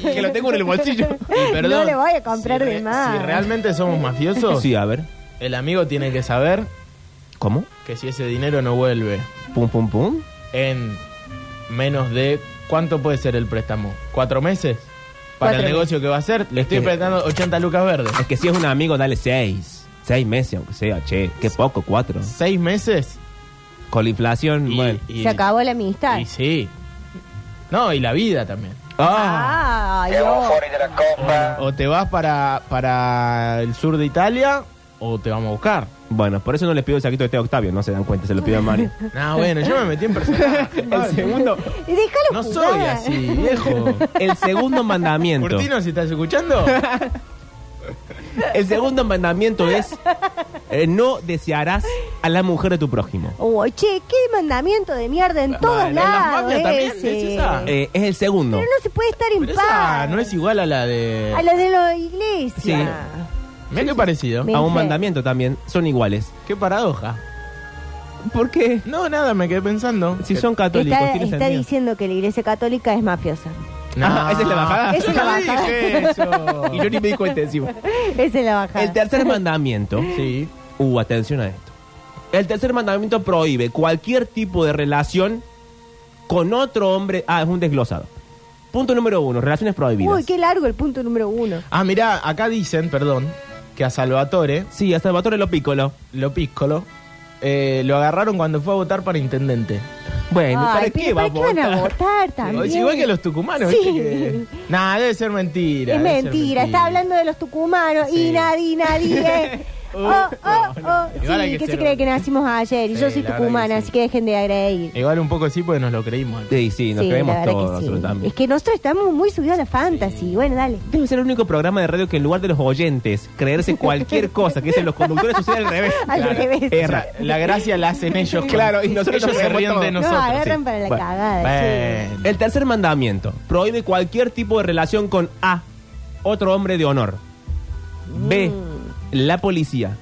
Speaker 3: que lo tengo en el bolsillo.
Speaker 1: Y perdón,
Speaker 2: No le voy a comprar
Speaker 1: si
Speaker 2: de
Speaker 1: re-
Speaker 2: más.
Speaker 1: Si realmente somos mafiosos,
Speaker 3: Sí, a ver.
Speaker 1: el amigo tiene que saber
Speaker 3: ¿Cómo?
Speaker 1: que si ese dinero no vuelve
Speaker 3: Pum, pum, pum.
Speaker 1: en menos de. ¿Cuánto puede ser el préstamo? ¿Cuatro meses? Para
Speaker 2: Cuatro
Speaker 1: el negocio que va a hacer, le estoy
Speaker 3: que-
Speaker 1: prestando 80 lucas verdes.
Speaker 3: Es que si es un amigo, dale seis. Seis meses, aunque sea, che, qué poco, cuatro.
Speaker 1: ¿Seis meses?
Speaker 3: Con la inflación,
Speaker 1: Y-
Speaker 3: bueno.
Speaker 1: y-
Speaker 2: Se acabó la amistad.
Speaker 1: Y sí. No, y la vida también.
Speaker 3: Ah,
Speaker 2: Ay, oh.
Speaker 1: O te vas para, para el sur de Italia o te vamos a buscar.
Speaker 3: Bueno, por eso no les pido el saquito de té a Octavio, no se dan cuenta, se lo pido a Mario.
Speaker 1: No, Ah, bueno, yo me metí en personaje.
Speaker 3: El segundo,
Speaker 2: Y déjalo
Speaker 1: No
Speaker 2: jugar.
Speaker 1: soy así, viejo.
Speaker 3: el segundo mandamiento.
Speaker 1: Curtino, si estás escuchando,
Speaker 3: El segundo mandamiento es eh, no desearás a la mujer de tu prójimo.
Speaker 2: Oh, che, qué mandamiento de mierda en todos
Speaker 1: en las
Speaker 2: lados.
Speaker 1: mafias también
Speaker 2: ese.
Speaker 1: es esa.
Speaker 3: Eh, es el segundo.
Speaker 2: Ah. Pero no se puede estar
Speaker 1: pero
Speaker 2: en
Speaker 1: esa
Speaker 2: paz.
Speaker 1: no es igual a la
Speaker 2: A
Speaker 1: de.
Speaker 2: los de la iglesia.
Speaker 3: Sí.
Speaker 1: Medio parecido.
Speaker 2: Me-
Speaker 3: A un
Speaker 2: Menfe.
Speaker 3: mandamiento también, son iguales.
Speaker 1: Qué paradoja.
Speaker 3: ¿Por qué?
Speaker 1: No, nada, me quedé pensando.
Speaker 3: Si son católicos,
Speaker 2: Está,
Speaker 3: tienen
Speaker 2: está
Speaker 3: sentido.
Speaker 2: diciendo que la iglesia católica es mafiosa.
Speaker 1: No.
Speaker 3: Ah, esa es la bajada.
Speaker 2: Esa es la
Speaker 1: Yo
Speaker 2: bajada.
Speaker 1: dije eso.
Speaker 3: Y yo ni me di cuenta encima.
Speaker 2: Esa es la bajada.
Speaker 3: El tercer mandamiento.
Speaker 1: Sí.
Speaker 3: Uh, atención a esto. El tercer mandamiento prohíbe cualquier tipo de relación con otro hombre. Ah, es un desglosado. Punto número uno, relaciones prohibidas.
Speaker 2: Uy, qué largo el punto número uno.
Speaker 1: Ah, mirá, acá dicen, perdón, que a Salvatore,
Speaker 3: Sí, a Salvatore Lo Piccolo.
Speaker 1: lo píscolo, eh, lo agarraron cuando fue a votar para intendente.
Speaker 3: Bueno,
Speaker 2: Ay,
Speaker 3: ¿para
Speaker 2: pero
Speaker 3: qué va a
Speaker 2: van a
Speaker 3: votar?
Speaker 2: votar también?
Speaker 1: Es igual que los tucumanos,
Speaker 2: Sí.
Speaker 1: ¿viste? Que... Nah, debe ser mentira.
Speaker 2: Es
Speaker 1: debe ser
Speaker 2: mentira, está hablando de los tucumanos
Speaker 1: Sí.
Speaker 2: y nadie, nadie. Oh, oh, oh.
Speaker 1: Igual hay
Speaker 2: Sí,
Speaker 1: que
Speaker 2: que se
Speaker 1: ser
Speaker 2: cree
Speaker 1: un-
Speaker 2: que nacimos ayer y
Speaker 1: Sí,
Speaker 2: yo soy
Speaker 1: la verdad
Speaker 2: tucumana,
Speaker 1: que sí.
Speaker 2: así que dejen de agredir.
Speaker 1: Igual un poco sí, porque nos lo creímos.
Speaker 3: Sí, sí, nos
Speaker 2: Sí,
Speaker 3: creemos
Speaker 2: la verdad
Speaker 3: todos
Speaker 2: que sí.
Speaker 3: nosotros también.
Speaker 2: Es que nosotros estamos muy subidos a la fantasy. Bueno, dale.
Speaker 3: Debe ser el único programa de radio que en lugar de los oyentes creerse cualquier cosa que dicen los conductores sucede al revés.
Speaker 2: Al revés.
Speaker 3: Erra.
Speaker 1: La gracia la hacen ellos.
Speaker 3: Claro, y nosotros
Speaker 1: ellos se
Speaker 3: creemos
Speaker 1: ríen
Speaker 3: todo.
Speaker 1: de
Speaker 3: No,
Speaker 1: nosotros.
Speaker 2: no, agarran
Speaker 1: sí.
Speaker 2: para la
Speaker 3: Bueno,
Speaker 2: cagada. che.
Speaker 1: Bueno.
Speaker 3: El tercer mandamiento prohíbe cualquier tipo de relación con A, otro hombre de honor.
Speaker 2: Mm.
Speaker 3: B, la policía.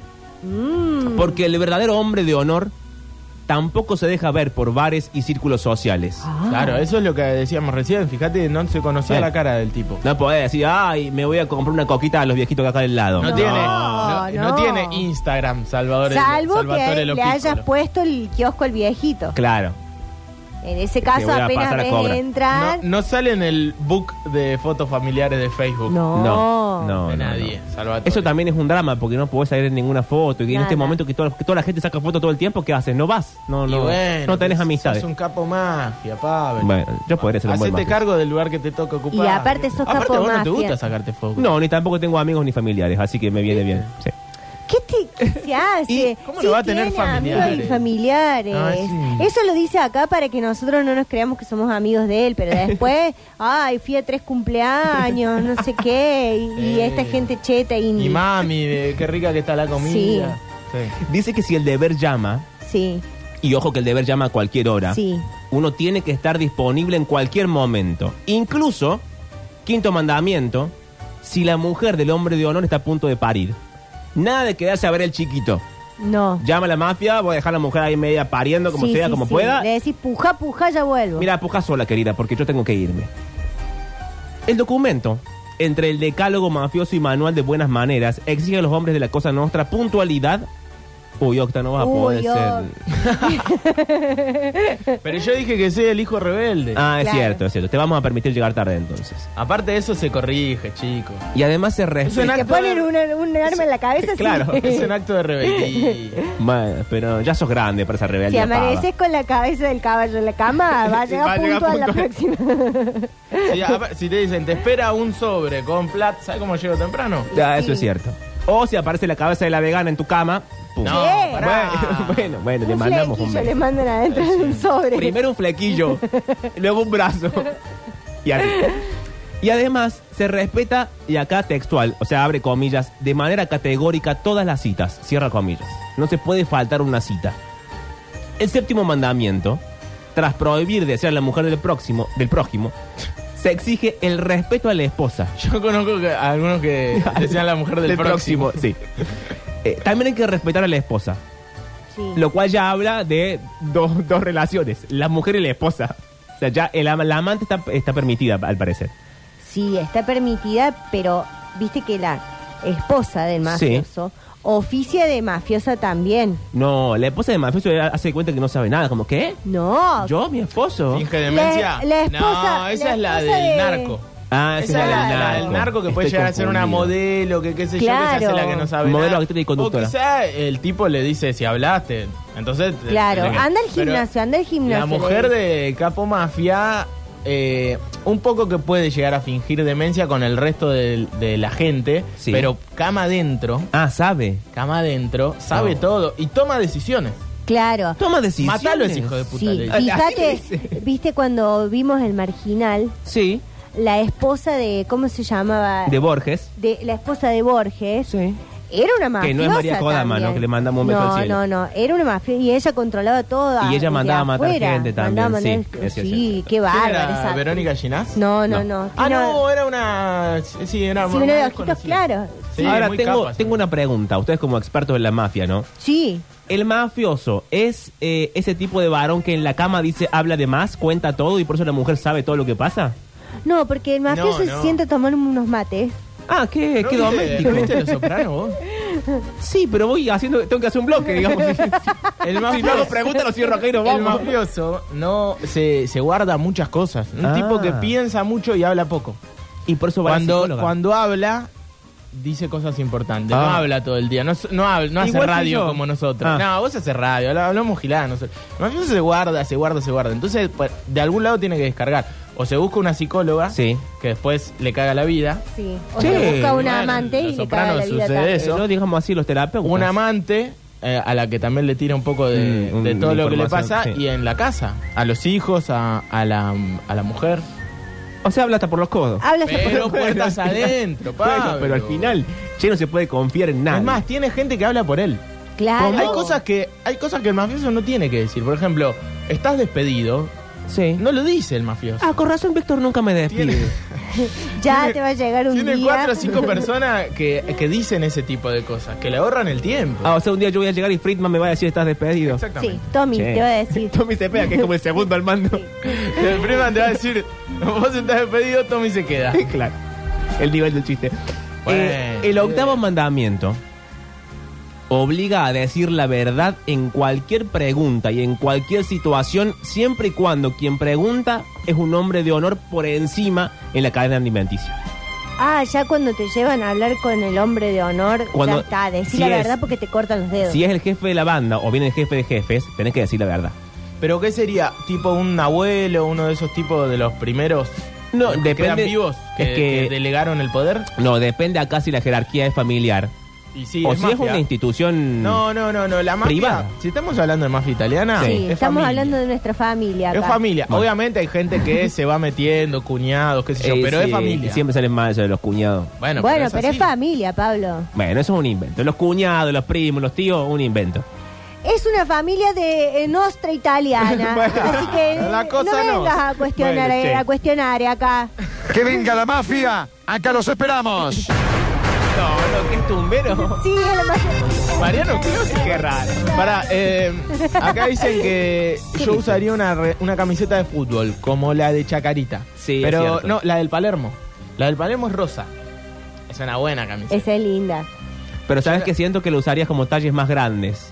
Speaker 3: Porque el verdadero hombre de honor tampoco se deja ver por bares y círculos sociales.
Speaker 2: Ah.
Speaker 1: Claro, eso es lo que decíamos recién. Fíjate, no se conocía
Speaker 3: Sí.
Speaker 1: la cara del tipo.
Speaker 3: No podés decir, ay, me voy a comprar una coquita a los viejitos que acá del lado.
Speaker 1: No,
Speaker 2: No,
Speaker 1: tiene, no,
Speaker 2: no.
Speaker 1: no tiene Instagram, Salvador.
Speaker 2: Salvo
Speaker 1: Salvatore
Speaker 2: que
Speaker 1: Lo
Speaker 2: le hayas
Speaker 1: Piccolo.
Speaker 2: puesto el kiosco al viejito.
Speaker 3: Claro.
Speaker 2: En ese caso,
Speaker 3: voy a
Speaker 2: apenas
Speaker 3: pasar a
Speaker 2: ves
Speaker 3: cobra.
Speaker 1: No,
Speaker 2: entrar.
Speaker 1: no sale en el book de fotos familiares de Facebook.
Speaker 2: No.
Speaker 3: No, no,
Speaker 1: de
Speaker 3: no,
Speaker 1: nadie,
Speaker 3: no.
Speaker 1: Salvatore.
Speaker 3: Eso también es un drama porque no podés salir en ninguna foto. Y en
Speaker 2: Nada.
Speaker 3: este momento que toda, que toda la gente saca foto todo el tiempo, ¿qué haces? No vas. No,
Speaker 1: Y
Speaker 3: no,
Speaker 1: bueno, pues,
Speaker 3: no tenés
Speaker 1: sos
Speaker 3: amistades.
Speaker 1: un capo mafia, Pablo.
Speaker 3: Bueno, yo podría ser un buen
Speaker 1: Hacete
Speaker 3: mafia.
Speaker 1: cargo del lugar que te toca ocupar.
Speaker 2: Y aparte sos
Speaker 1: Aparte,
Speaker 2: capo
Speaker 1: vos no te
Speaker 2: mafia.
Speaker 1: gusta sacarte foto.
Speaker 3: No, ni tampoco tengo amigos ni familiares, así que me viene bien. sí.
Speaker 2: ¿Qué te.? se hace.
Speaker 1: ¿Y cómo
Speaker 2: Sí
Speaker 1: lo va a tener
Speaker 2: tiene amigos
Speaker 1: familiares?
Speaker 2: y familiares.
Speaker 1: Ah, sí.
Speaker 2: Eso lo dice acá para que nosotros no nos creamos que somos amigos de él, pero después, ay, fui a tres cumpleaños, no sé qué, y, y
Speaker 1: Eh.
Speaker 2: esta gente cheta y...
Speaker 1: Y mami, eh, qué rica que está la comida. Sí.
Speaker 3: Dice que si el deber llama,
Speaker 2: Sí,
Speaker 3: y ojo que el deber llama a cualquier hora,
Speaker 2: sí.
Speaker 3: uno tiene que estar disponible en cualquier momento. Incluso, quinto mandamiento, si la mujer del hombre de honor está a punto de parir. Nada de quedarse a ver el chiquito.
Speaker 2: No.
Speaker 3: Llama a la mafia, voy a dejar a la mujer ahí media pariendo como
Speaker 2: Sí,
Speaker 3: sea,
Speaker 2: sí,
Speaker 3: como
Speaker 2: sí.
Speaker 3: pueda.
Speaker 2: Le decís, puja, puja, ya vuelvo.
Speaker 3: Mira, puja sola, querida, porque yo tengo que irme. El documento entre el decálogo mafioso y manual de buenas maneras exige a los hombres de la cosa nuestra puntualidad. Uy, Octa, no vas a
Speaker 2: Uy,
Speaker 3: poder
Speaker 2: Octa.
Speaker 3: ser.
Speaker 1: Pero yo dije que soy el hijo rebelde.
Speaker 3: Ah, es
Speaker 2: Claro.
Speaker 3: cierto, es cierto. Te vamos a permitir llegar tarde entonces.
Speaker 1: Aparte de eso se corrige, chico.
Speaker 3: Y además se
Speaker 1: Es un
Speaker 3: respeta.
Speaker 2: Te
Speaker 1: acto
Speaker 2: ponen
Speaker 1: de-
Speaker 2: una- un arma en la cabeza, sí.
Speaker 3: Claro.
Speaker 1: Es un acto de rebeldía.
Speaker 3: Ma- Pero ya sos grande para esa
Speaker 2: Si
Speaker 3: rebeldía.
Speaker 2: amaneces con la cabeza del caballo en la cama, va a llegar
Speaker 3: Va a llegar
Speaker 2: puntual la
Speaker 3: puntual.
Speaker 2: próxima.
Speaker 1: Si, apa- si te dicen, te espera un sobre con plata, ¿sabes cómo llego temprano?
Speaker 3: pava. Ya, eso es cierto. O si aparece la cabeza de la vegana en tu cama. pum.
Speaker 1: No,
Speaker 2: Sí.
Speaker 1: pará.
Speaker 3: Bueno, bueno, bueno, le
Speaker 2: un
Speaker 3: mandamos un
Speaker 2: flequillo
Speaker 3: beso.
Speaker 2: le mandan adentro de un sobre.
Speaker 3: Primero un flequillo, luego un brazo. Y así. Y además se respeta, y acá textual, o sea, abre comillas, de manera categórica todas las citas, cierra comillas. No se puede faltar una cita. El séptimo mandamiento, tras prohibir desear a la mujer del próximo, del prójimo, se exige el respeto a la esposa.
Speaker 1: Yo conozco que- a algunos que decían la mujer del, próximo.
Speaker 3: sí. Eh, también hay que respetar a la esposa,
Speaker 2: Sí.
Speaker 3: lo cual ya habla de dos, dos relaciones, la mujer y la esposa. O sea, ya el ama- la amante está, está permitida, al parecer.
Speaker 2: Sí, está permitida, pero viste que la esposa del mafioso oficia de mafiosa también.
Speaker 3: No, la esposa de mafioso ya hace cuenta que no sabe nada, como, ¿qué?
Speaker 2: No.
Speaker 3: ¿Yo, mi esposo?
Speaker 1: Finge demencia.
Speaker 2: La- la esposa-
Speaker 1: no, esa
Speaker 2: la
Speaker 1: es la
Speaker 2: esposa
Speaker 1: del
Speaker 2: de-
Speaker 1: narco.
Speaker 3: Ah,
Speaker 1: Esa es la, la del narco Este que puede
Speaker 3: Estoy
Speaker 1: llegar a ser una
Speaker 3: confundido.
Speaker 1: modelo, que qué sé yo, que se
Speaker 2: Claro.
Speaker 1: hace la que no sabe
Speaker 3: Modelo,
Speaker 1: nada.
Speaker 3: actriz y
Speaker 1: O
Speaker 3: conductora.
Speaker 1: quizá el tipo le dice, si hablaste, entonces... te-
Speaker 2: Claro,
Speaker 1: tenés que-
Speaker 2: anda al
Speaker 1: Pero
Speaker 2: gimnasio, anda al gimnasio.
Speaker 1: La mujer
Speaker 2: le dice.
Speaker 1: de Capo Mafia, eh, un poco que puede llegar a fingir demencia con el resto del- de, la gente,
Speaker 3: Sí.
Speaker 1: pero cama adentro,
Speaker 3: Ah, sabe.
Speaker 1: cama adentro, sabe
Speaker 3: No.
Speaker 1: todo y toma decisiones.
Speaker 2: Claro.
Speaker 3: Toma decisiones.
Speaker 1: Matalo ese hijo de puta. le
Speaker 2: Sí,
Speaker 1: dice.
Speaker 3: Así le
Speaker 2: fíjate,
Speaker 3: dice.
Speaker 2: viste cuando vimos el marginal,
Speaker 3: Sí,
Speaker 2: la esposa de, ¿cómo se llamaba?
Speaker 3: de Borges.
Speaker 2: de la esposa de Borges. Era una mafiosa.
Speaker 3: Que no es María Kodama,
Speaker 2: también.
Speaker 3: ¿no? Que le mandamos un beso
Speaker 2: No,
Speaker 3: al cielo.
Speaker 2: No, no, Era una mafiosa. Y ella controlaba todo.
Speaker 3: Y ella
Speaker 2: desde
Speaker 3: mandaba a matar
Speaker 2: afuera.
Speaker 3: gente también,
Speaker 2: Mandaba a
Speaker 3: sí,
Speaker 2: matar-
Speaker 3: es cierto,
Speaker 2: sí,
Speaker 3: es cierto.
Speaker 2: qué
Speaker 1: ¿Quién
Speaker 2: bárbara.
Speaker 1: era?
Speaker 2: esa actriz.
Speaker 1: ¿Verónica Ginás?
Speaker 2: No, no,
Speaker 3: No.
Speaker 2: no.
Speaker 1: Ah,
Speaker 2: Tiene-
Speaker 1: no, era una... Sí, era
Speaker 2: Sí, una de
Speaker 1: muy
Speaker 2: ojitos
Speaker 1: conocida.
Speaker 2: claros.
Speaker 1: Sí,
Speaker 3: Ahora
Speaker 1: muy
Speaker 3: tengo,
Speaker 1: capa, sí.
Speaker 3: tengo una pregunta. Ustedes como expertos en la mafia, ¿no?
Speaker 2: Sí.
Speaker 3: El mafioso es eh, ese tipo de varón que en la cama dice, habla de más, cuenta todo y por eso la mujer sabe todo lo que pasa.
Speaker 2: No, porque el mafioso
Speaker 1: no.
Speaker 2: se sienta a tomar unos mates.
Speaker 3: Ah, qué,
Speaker 1: ¿No viste-
Speaker 3: qué doméstico.
Speaker 1: ¿No viste Los Sopranos vos?
Speaker 3: Sí, pero voy haciendo, tengo que hacer un bloque, digamos.
Speaker 1: El mafioso,
Speaker 3: si no hago preguntas, lo cierro acá y nos
Speaker 1: el
Speaker 3: vamos.
Speaker 1: mafioso no se, se guarda muchas cosas. Un
Speaker 3: Ah.
Speaker 1: tipo que piensa mucho y habla poco.
Speaker 3: Y por eso va la
Speaker 1: Cuando,
Speaker 3: psicóloga.
Speaker 1: cuando habla, dice cosas importantes. No
Speaker 3: Ah.
Speaker 1: habla todo el día. No, s- no, habla- no hace
Speaker 3: Igual que
Speaker 1: radio
Speaker 3: yo.
Speaker 1: como nosotros.
Speaker 3: Ah.
Speaker 1: No, vos haces radio. habla- Hablamos gilada. No sé. El mafioso se guarda, se guarda, se guarda. Entonces, pa- de algún lado tiene que descargar. O se busca una psicóloga
Speaker 3: Sí.
Speaker 1: que después le caga la vida.
Speaker 2: Sí. O
Speaker 3: Sí,
Speaker 2: se busca una
Speaker 1: bueno,
Speaker 2: amante
Speaker 1: Los
Speaker 2: y le caga la
Speaker 1: Sopranos
Speaker 2: vida
Speaker 1: sucede
Speaker 2: también.
Speaker 1: eso.
Speaker 3: Eh, no digamos así los terapeutas.
Speaker 1: Un amante eh, a la que también le tira un poco de,
Speaker 3: Mm, un-
Speaker 1: de todo lo que le
Speaker 3: información,
Speaker 1: pasa
Speaker 3: sí.
Speaker 1: y en la casa. A los hijos, a, a la, a la mujer.
Speaker 3: O sea, habla hasta por los codos.
Speaker 2: Habla hasta por
Speaker 1: Pero
Speaker 2: los-
Speaker 1: puertas
Speaker 3: al final-
Speaker 1: adentro,
Speaker 3: Bueno,
Speaker 1: Pablo.
Speaker 3: pero al final, che, no se puede confiar en nada.
Speaker 1: Es más, tiene gente que habla por él.
Speaker 2: Claro.
Speaker 1: Hay cosas que hay cosas que el mafioso no tiene que decir. Por ejemplo, estás despedido,
Speaker 3: sí.
Speaker 1: no lo dice el mafioso.
Speaker 3: Ah, con razón, Víctor nunca me despide.
Speaker 1: Tiene-
Speaker 2: Ya
Speaker 1: tiene-
Speaker 2: te va a llegar un
Speaker 1: Tiene
Speaker 2: día.
Speaker 1: cuatro o cinco personas que, que dicen ese tipo de cosas, que le ahorran el tiempo.
Speaker 3: Ah, o sea, un día yo voy a llegar y Friedman me va a decir, estás despedido.
Speaker 2: Sí,
Speaker 1: Exactamente.
Speaker 2: Tommy,
Speaker 3: Che.
Speaker 2: te va a decir.
Speaker 3: Tommy se pega, que es como el segundo al mando.
Speaker 1: El prima te va a decir, vos estás despedido, Tommy se queda.
Speaker 3: claro. El nivel del chiste.
Speaker 1: Bueno,
Speaker 3: Eh, el octavo
Speaker 1: bien.
Speaker 3: mandamiento obliga a decir la verdad en cualquier pregunta y en cualquier situación, siempre y cuando quien pregunta es un hombre de honor por encima en la cadena alimenticia.
Speaker 2: Ah, ya cuando te llevan a hablar con el hombre de honor,
Speaker 3: Cuando-
Speaker 2: ya está, decí
Speaker 3: si
Speaker 2: la
Speaker 3: es-
Speaker 2: verdad porque te cortan los dedos.
Speaker 3: Si es el jefe de la banda o bien el jefe de jefes, tenés que decir la verdad.
Speaker 1: Pero ¿qué sería? ¿Tipo un abuelo, uno de esos tipos de los primeros?
Speaker 3: No,
Speaker 1: de los que quedan
Speaker 3: depende-
Speaker 1: vivos que,
Speaker 3: es que-
Speaker 1: que delegaron el poder?
Speaker 3: No, depende acá si la jerarquía es familiar.
Speaker 1: Y sí,
Speaker 3: o
Speaker 1: es
Speaker 3: si es
Speaker 1: mafia.
Speaker 3: una institución.
Speaker 1: No, no, no, no. La mafia.
Speaker 3: Privada.
Speaker 1: Si estamos hablando de mafia italiana,
Speaker 2: Sí,
Speaker 1: es
Speaker 2: estamos
Speaker 1: familia.
Speaker 2: hablando de nuestra familia.
Speaker 1: Es
Speaker 2: acá.
Speaker 1: familia.
Speaker 3: Bueno.
Speaker 1: Obviamente hay gente que se va metiendo, cuñados, qué sé yo,
Speaker 3: Eh,
Speaker 1: pero es
Speaker 3: sí,
Speaker 1: familia.
Speaker 3: Siempre salen mal eso de los cuñados.
Speaker 1: Bueno,
Speaker 2: Bueno, pero es
Speaker 1: así.
Speaker 2: familia, Pablo.
Speaker 3: Bueno, eso es un invento. Los cuñados, los primos, los tíos, un invento.
Speaker 2: Es una familia de eh, nostra italiana.
Speaker 1: Bueno,
Speaker 2: así que
Speaker 1: la
Speaker 2: eh,
Speaker 1: cosa
Speaker 2: no
Speaker 1: no.
Speaker 2: vengas a cuestionar,
Speaker 1: Bueno,
Speaker 2: eh,
Speaker 1: che.
Speaker 2: a cuestionar acá.
Speaker 4: ¡Que venga la mafia! ¡Acá los esperamos!
Speaker 3: No, lo que es tumbero.
Speaker 2: Sí, es lo más...
Speaker 1: Mariano Clos, qué raro. Pará, eh, acá dicen que yo usaría una, re- una camiseta de fútbol, como la de Chacarita.
Speaker 3: Sí, es
Speaker 1: Pero
Speaker 3: cierto.
Speaker 1: no, la del Palermo. La del Palermo es rosa. Es una buena camiseta.
Speaker 2: Esa es linda.
Speaker 3: Pero sabes que siento que lo usarías como talles más grandes.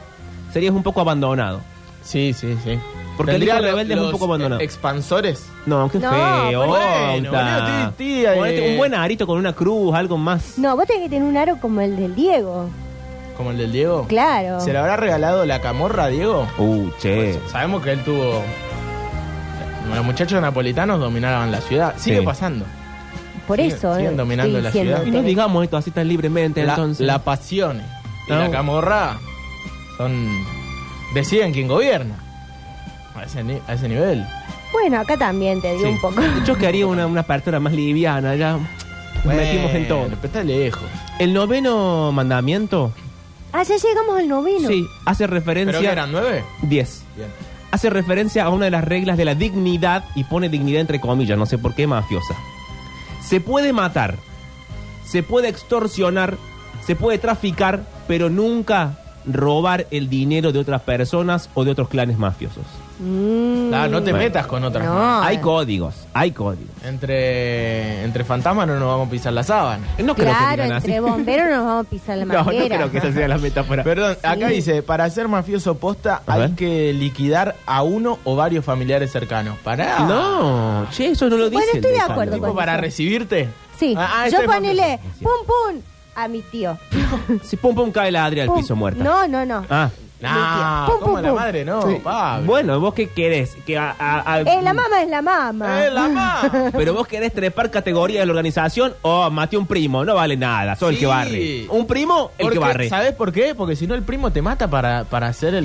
Speaker 3: Serías un poco abandonado.
Speaker 1: Sí, sí, sí.
Speaker 3: Porque el
Speaker 1: Tendría
Speaker 3: hijo
Speaker 1: lo-
Speaker 3: rebelde es un
Speaker 1: los,
Speaker 3: poco abandonado.
Speaker 1: eh, Expansores.
Speaker 3: No, qué
Speaker 2: No,
Speaker 3: feo.
Speaker 1: bueno,
Speaker 3: Octa.
Speaker 1: boludo, ti- tía,
Speaker 3: Ponete
Speaker 1: eh.
Speaker 3: un buen arito con una cruz, algo más.
Speaker 2: No, vos tenés que tener un aro como el del Diego.
Speaker 1: Como el del Diego.
Speaker 2: Claro.
Speaker 1: ¿Se le habrá regalado la camorra a Diego?
Speaker 3: Uh, che.
Speaker 1: Sabemos que él tuvo. Los muchachos napolitanos dominaban la ciudad. Sigue
Speaker 3: Sí.
Speaker 1: pasando.
Speaker 2: Por
Speaker 1: siguen-
Speaker 2: eso.
Speaker 1: siguen
Speaker 2: eh,
Speaker 1: dominando
Speaker 2: estoy
Speaker 1: la
Speaker 2: diciendo,
Speaker 1: ciudad.
Speaker 3: Y no
Speaker 2: tenés-
Speaker 3: digamos esto así tan libremente,
Speaker 1: La,
Speaker 3: entonces.
Speaker 1: la pasión y
Speaker 3: No.
Speaker 1: la camorra son. deciden quién gobierna. A ese, ni- a ese nivel.
Speaker 2: Bueno, acá también te digo
Speaker 3: Sí.
Speaker 2: un poco.
Speaker 3: Yo que haría una, una apertura más liviana, ya. Nos metimos en todo.
Speaker 1: Bueno, Pero está lejos.
Speaker 3: El noveno mandamiento,
Speaker 2: Ah, ya llegamos al noveno.
Speaker 3: sí, hace
Speaker 1: ¿Pero que
Speaker 3: referencia.
Speaker 1: eran nueve?
Speaker 3: 10.
Speaker 1: Bien.
Speaker 3: Hace referencia a una de las reglas de la dignidad y pone dignidad entre comillas, no sé por qué mafiosa. Se puede matar, se puede extorsionar, se puede traficar, pero nunca robar el dinero de otras personas o de otros clanes mafiosos.
Speaker 2: Mm.
Speaker 1: Ah, no te
Speaker 3: Bueno.
Speaker 1: metas con otras.
Speaker 2: No.
Speaker 3: Hay códigos, hay códigos.
Speaker 1: Entre, entre fantasmas no nos vamos a pisar la sábana.
Speaker 3: No creo que
Speaker 2: Claro,
Speaker 3: digan así.
Speaker 2: entre bomberos nos vamos a pisar la
Speaker 3: No, no
Speaker 2: manguera.
Speaker 3: creo que esa sea la metáfora.
Speaker 1: Perdón,
Speaker 2: Sí.
Speaker 1: acá dice, para ser mafioso posta
Speaker 3: A
Speaker 1: hay
Speaker 3: ver.
Speaker 1: que liquidar a uno o varios familiares cercanos. Pará.
Speaker 3: No, che, eso no lo dice.
Speaker 2: Bueno,
Speaker 3: el
Speaker 2: estoy de
Speaker 3: del
Speaker 2: acuerdo
Speaker 3: Pablo.
Speaker 1: Tipo,
Speaker 2: con
Speaker 1: para
Speaker 2: eso.
Speaker 1: recibirte.
Speaker 2: Sí,
Speaker 1: Ah, ah,
Speaker 2: yo
Speaker 1: este es
Speaker 2: ponele
Speaker 1: mafioso.
Speaker 2: pum pum a mi tío.
Speaker 3: Si pum pum cae la Adri al
Speaker 2: Pum.
Speaker 3: piso muerta.
Speaker 2: No, no, no.
Speaker 3: Ah.
Speaker 1: No,
Speaker 2: Pum, pum,
Speaker 1: como la
Speaker 2: pum.
Speaker 1: madre, no, Pablo.
Speaker 3: Bueno, vos qué querés? Que a, a- a-
Speaker 2: Eh, la mama es la mama.
Speaker 3: Ah,
Speaker 1: Eh, la ma.
Speaker 3: Pero vos querés trepar categoría de la organización o maté un primo, no vale nada, sos el que
Speaker 1: Sí.
Speaker 3: barre. Un primo, el
Speaker 1: Porque,
Speaker 3: que barre.
Speaker 1: ¿Sabes por qué? Porque si no el primo te mata para, para hacer el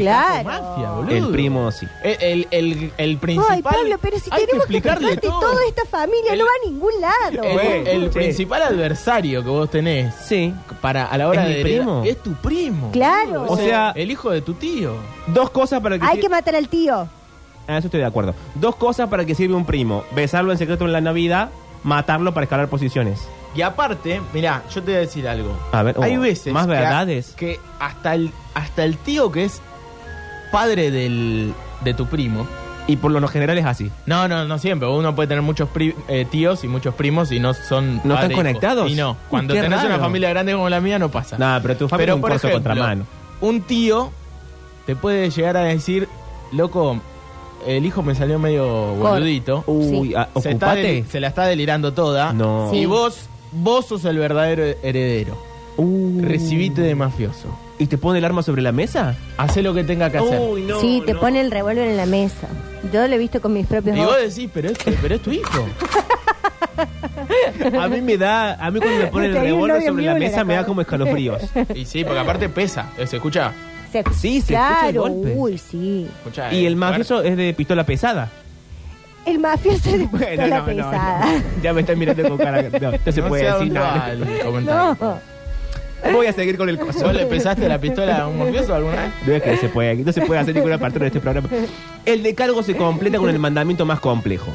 Speaker 1: capo
Speaker 2: Claro.
Speaker 1: mafia, boludo.
Speaker 3: El primo, sí.
Speaker 1: El, el, el- el principal.
Speaker 2: Ay, Pablo, pero si
Speaker 1: hay
Speaker 2: tenemos que
Speaker 1: explicarle
Speaker 2: explicarte
Speaker 1: todo.
Speaker 2: toda esta familia,
Speaker 1: El-
Speaker 2: no va a ningún lado.
Speaker 1: El,
Speaker 3: Bueno,
Speaker 1: el
Speaker 3: sí.
Speaker 1: principal adversario que vos tenés
Speaker 3: Sí.
Speaker 1: para a la hora
Speaker 3: ¿Es mi
Speaker 1: de heredar-
Speaker 3: primo?
Speaker 1: es tu primo.
Speaker 2: Claro.
Speaker 1: O
Speaker 3: O
Speaker 1: sea,
Speaker 3: sea-
Speaker 1: el hijo de tu tío.
Speaker 3: Dos cosas para que.
Speaker 2: Hay
Speaker 3: sir-
Speaker 2: que matar al tío.
Speaker 3: Ah, eso estoy de acuerdo. Dos cosas para que sirve un primo: besarlo en secreto en la Navidad, matarlo para escalar posiciones.
Speaker 1: Y aparte, mirá, yo te voy a decir algo.
Speaker 3: A ver, oh,
Speaker 1: Hay veces
Speaker 3: más
Speaker 1: que,
Speaker 3: verdades.
Speaker 1: que hasta el hasta el tío que es padre del, de tu primo.
Speaker 3: Y por lo general es así.
Speaker 1: No, no, no siempre. Uno puede tener muchos pri- eh, tíos y muchos primos y no son
Speaker 3: ¿No están
Speaker 1: padre e hijo.
Speaker 3: conectados?
Speaker 1: Y no.
Speaker 3: Uy,
Speaker 1: Cuando
Speaker 3: qué
Speaker 1: tenés una
Speaker 3: raro.
Speaker 1: familia grande como la mía no pasa.
Speaker 3: Nada, pero tu familia
Speaker 1: Pero
Speaker 3: es un
Speaker 1: por
Speaker 3: corso
Speaker 1: ejemplo,
Speaker 3: contramano.
Speaker 1: un tío te puede llegar a decir, loco, el hijo me salió medio boludito.
Speaker 3: Uy, ah,
Speaker 1: Se, está
Speaker 3: ocupate.
Speaker 1: deli- se la está delirando toda.
Speaker 3: No.
Speaker 1: Y
Speaker 2: Sí.
Speaker 1: vos, vos sos el verdadero heredero.
Speaker 3: Uh.
Speaker 1: Recibite de mafioso.
Speaker 3: ¿Y te pone el arma sobre la mesa?
Speaker 1: Hacé lo que tenga que hacer.
Speaker 3: no.
Speaker 2: sí, te pone el revólver en la mesa. Yo lo he visto con mis propios
Speaker 1: Y vos
Speaker 2: ojos.
Speaker 1: decís, pero es, pero es tu hijo.
Speaker 3: A mí me da, a mí cuando me pone el
Speaker 2: Tenía un
Speaker 3: revólver
Speaker 2: novio
Speaker 3: sobre la
Speaker 2: mío,
Speaker 3: mesa
Speaker 2: era
Speaker 3: me da
Speaker 2: todo.
Speaker 3: como escalofríos.
Speaker 1: Y sí, porque aparte pesa. Eh, Se escucha.
Speaker 2: Se-
Speaker 3: Sí, se escucha el
Speaker 2: claro,
Speaker 3: golpe.
Speaker 2: uy, sí.
Speaker 1: escucha,
Speaker 3: Y
Speaker 1: eh,
Speaker 3: el
Speaker 1: fuerte.
Speaker 3: mafioso es de pistola pesada.
Speaker 2: El mafioso de
Speaker 3: Bueno,
Speaker 2: pistola
Speaker 3: no, no, no.
Speaker 2: pesada.
Speaker 3: Ya me están mirando con cara. No, no se
Speaker 1: No
Speaker 3: puede
Speaker 1: sea
Speaker 3: decir
Speaker 1: un
Speaker 3: nada.
Speaker 1: dual el
Speaker 2: No.
Speaker 1: comentario.
Speaker 3: Voy a seguir con el coso.
Speaker 1: ¿Vos le pesaste la pistola a un mafioso alguna vez?
Speaker 3: No es que se puede, no se puede hacer ninguna parte de este programa. El decargo se completa con el mandamiento más complejo,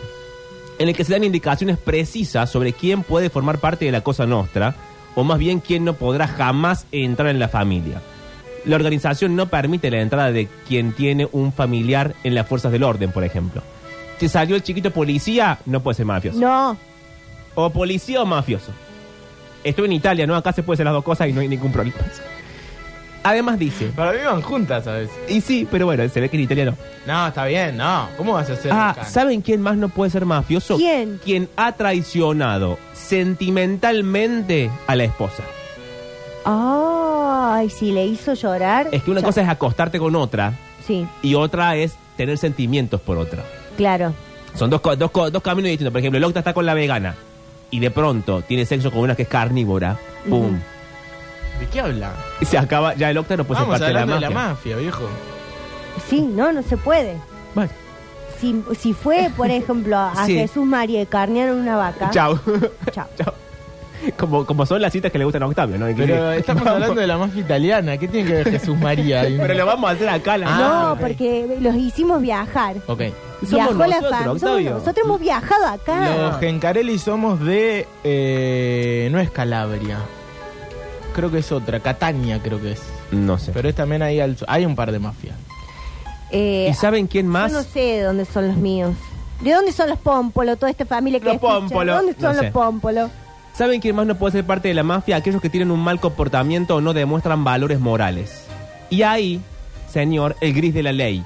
Speaker 3: en el que se dan indicaciones precisas sobre quién puede formar parte de la Cosa Nostra, o más bien quién no podrá jamás entrar en la familia. La organización no permite la entrada de quien tiene un familiar en las fuerzas del orden, por ejemplo. Te salió el chiquito policía, no puede ser mafioso.
Speaker 2: No.
Speaker 3: O policía o mafioso. Estoy en Italia, ¿no? Acá se puede hacer las dos cosas y no hay ningún problema. Además dice,
Speaker 1: Para mí van juntas a veces.
Speaker 3: y sí, pero bueno, se ve que en Italia no.
Speaker 1: No, está bien, no. ¿Cómo vas a hacer?
Speaker 3: Ah,
Speaker 1: acá?
Speaker 3: ¿saben quién más no puede ser mafioso?
Speaker 2: ¿Quién?
Speaker 3: Quien ha traicionado sentimentalmente a la esposa.
Speaker 2: Ay, si le hizo llorar.
Speaker 3: Es que una
Speaker 2: Ya.
Speaker 3: cosa es acostarte con otra
Speaker 2: Sí,
Speaker 3: y otra es tener sentimientos por otra.
Speaker 2: claro.
Speaker 3: Son dos, co- dos, co- dos caminos distintos. Por ejemplo, el Octa está con la vegana y de pronto tiene sexo con una que es carnívora. ¡Pum!
Speaker 1: ¿De qué habla?
Speaker 3: Se acaba, ya el octa no puede ser
Speaker 1: Vamos
Speaker 3: parte de la
Speaker 1: hablando
Speaker 3: mafia.
Speaker 1: de la mafia, viejo.
Speaker 2: Sí, no, no se puede.
Speaker 3: Bueno,
Speaker 2: Si, si fue, por ejemplo, a
Speaker 3: Sí.
Speaker 2: Jesús María y carnearon una vaca.
Speaker 3: chao.
Speaker 2: Chao.
Speaker 3: Chao. Como, como son las citas que le gustan a Octavio, ¿no?
Speaker 1: Pero
Speaker 3: Que-
Speaker 1: estamos
Speaker 3: vamos-
Speaker 1: hablando de la mafia italiana. ¿Qué tiene que ver Jesús María? ahí?
Speaker 3: Pero lo vamos a hacer acá. La
Speaker 2: No,
Speaker 1: Ah, ok.
Speaker 2: porque los hicimos viajar.
Speaker 1: Ok.
Speaker 3: Somos
Speaker 2: Viajó la
Speaker 3: nosotros,
Speaker 2: fam- somos
Speaker 3: Octavio.
Speaker 2: Nosotros hemos viajado
Speaker 1: Los
Speaker 2: acá.
Speaker 1: Gencarelli somos de. eh, no es Calabria. Creo que es otra. Catania, creo que es.
Speaker 3: No sé.
Speaker 1: Pero es también ahí al sur. Hay un par de mafias.
Speaker 2: Eh,
Speaker 3: ¿Y saben quién más?
Speaker 2: Yo no sé de dónde son los míos. ¿De dónde son los pómpolos? Toda esta familia que
Speaker 3: Los
Speaker 2: escucha?
Speaker 3: Pómpolo,
Speaker 2: ¿De dónde
Speaker 3: no
Speaker 2: son
Speaker 3: sé.
Speaker 2: los pómpolos?
Speaker 3: ¿Saben quién más no puede ser parte de la mafia? Aquellos que tienen un mal comportamiento o no demuestran valores morales. Y ahí, señor, el gris de la ley.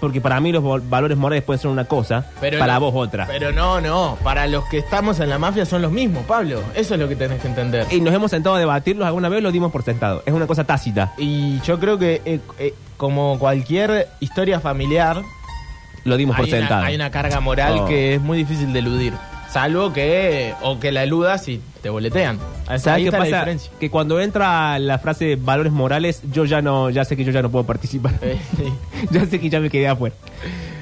Speaker 3: Porque para mí los vo- valores morales pueden ser una cosa,
Speaker 1: Pero
Speaker 3: para
Speaker 1: no-
Speaker 3: vos otra.
Speaker 1: Pero no, no. Para los que estamos en la mafia son los mismos, Pablo. Eso es lo que tenés que entender.
Speaker 3: Y nos hemos sentado a debatirlos alguna vez, lo dimos por sentado. Es una cosa tácita.
Speaker 1: Y yo creo que, eh, eh, como cualquier historia familiar,
Speaker 3: Lo dimos por
Speaker 1: hay
Speaker 3: sentado.
Speaker 1: una, hay una carga moral
Speaker 3: Oh.
Speaker 1: que es muy difícil de eludir. Salvo que. O que la eludas y te boletean.
Speaker 3: ¿Sabes
Speaker 1: Ahí
Speaker 3: qué
Speaker 1: está la
Speaker 3: pasa?
Speaker 1: diferencia.
Speaker 3: Que cuando entra la frase valores morales, yo ya no, ya sé que yo ya no puedo participar.
Speaker 1: Eh, sí.
Speaker 3: ya sé que ya me quedé afuera.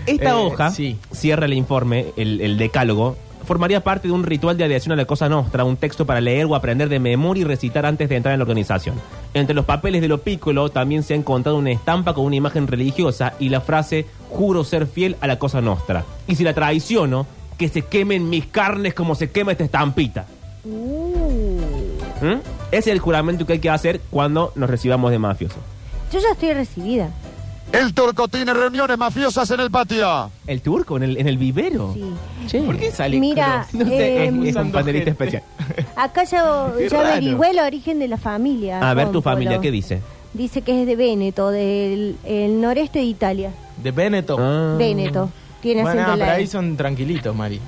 Speaker 3: Esta
Speaker 1: Eh,
Speaker 3: hoja
Speaker 1: sí.
Speaker 3: cierra el informe, el, el decálogo. Formaría parte de un ritual de adhesión a la Cosa Nostra, un texto para leer o aprender de memoria y recitar antes de entrar en la organización. Entre los papeles de lo Piccolo también se ha encontrado una estampa con una imagen religiosa y la frase juro ser fiel a la Cosa Nostra. Y si la traiciono, que se quemen mis carnes como se quema esta estampita.
Speaker 2: Uh.
Speaker 3: ¿Mm? Ese es el juramento que hay que hacer cuando nos recibamos de mafioso.
Speaker 2: Yo ya estoy recibida.
Speaker 4: El turco tiene reuniones mafiosas en el patio.
Speaker 3: El turco, en el, en el vivero.
Speaker 2: Sí.
Speaker 3: Che.
Speaker 1: ¿Por qué sale
Speaker 2: Mira,
Speaker 1: cruz?
Speaker 3: No sé,
Speaker 2: em,
Speaker 3: es, es un
Speaker 1: Usando
Speaker 3: panelista
Speaker 1: Eh, gente.
Speaker 3: especial.
Speaker 2: acá ya,
Speaker 1: Qué
Speaker 2: ya
Speaker 1: raro.
Speaker 2: averigüé el origen de la familia.
Speaker 3: A ver tu
Speaker 2: Pómpolo.
Speaker 3: familia, ¿qué dice?
Speaker 2: Dice que es de Véneto, del el noreste de Italia.
Speaker 1: De Veneto.
Speaker 3: Ah.
Speaker 2: Véneto. Tiene
Speaker 1: Bueno,
Speaker 2: acento en
Speaker 1: pero
Speaker 2: la E.
Speaker 1: ahí son tranquilitos, Mari.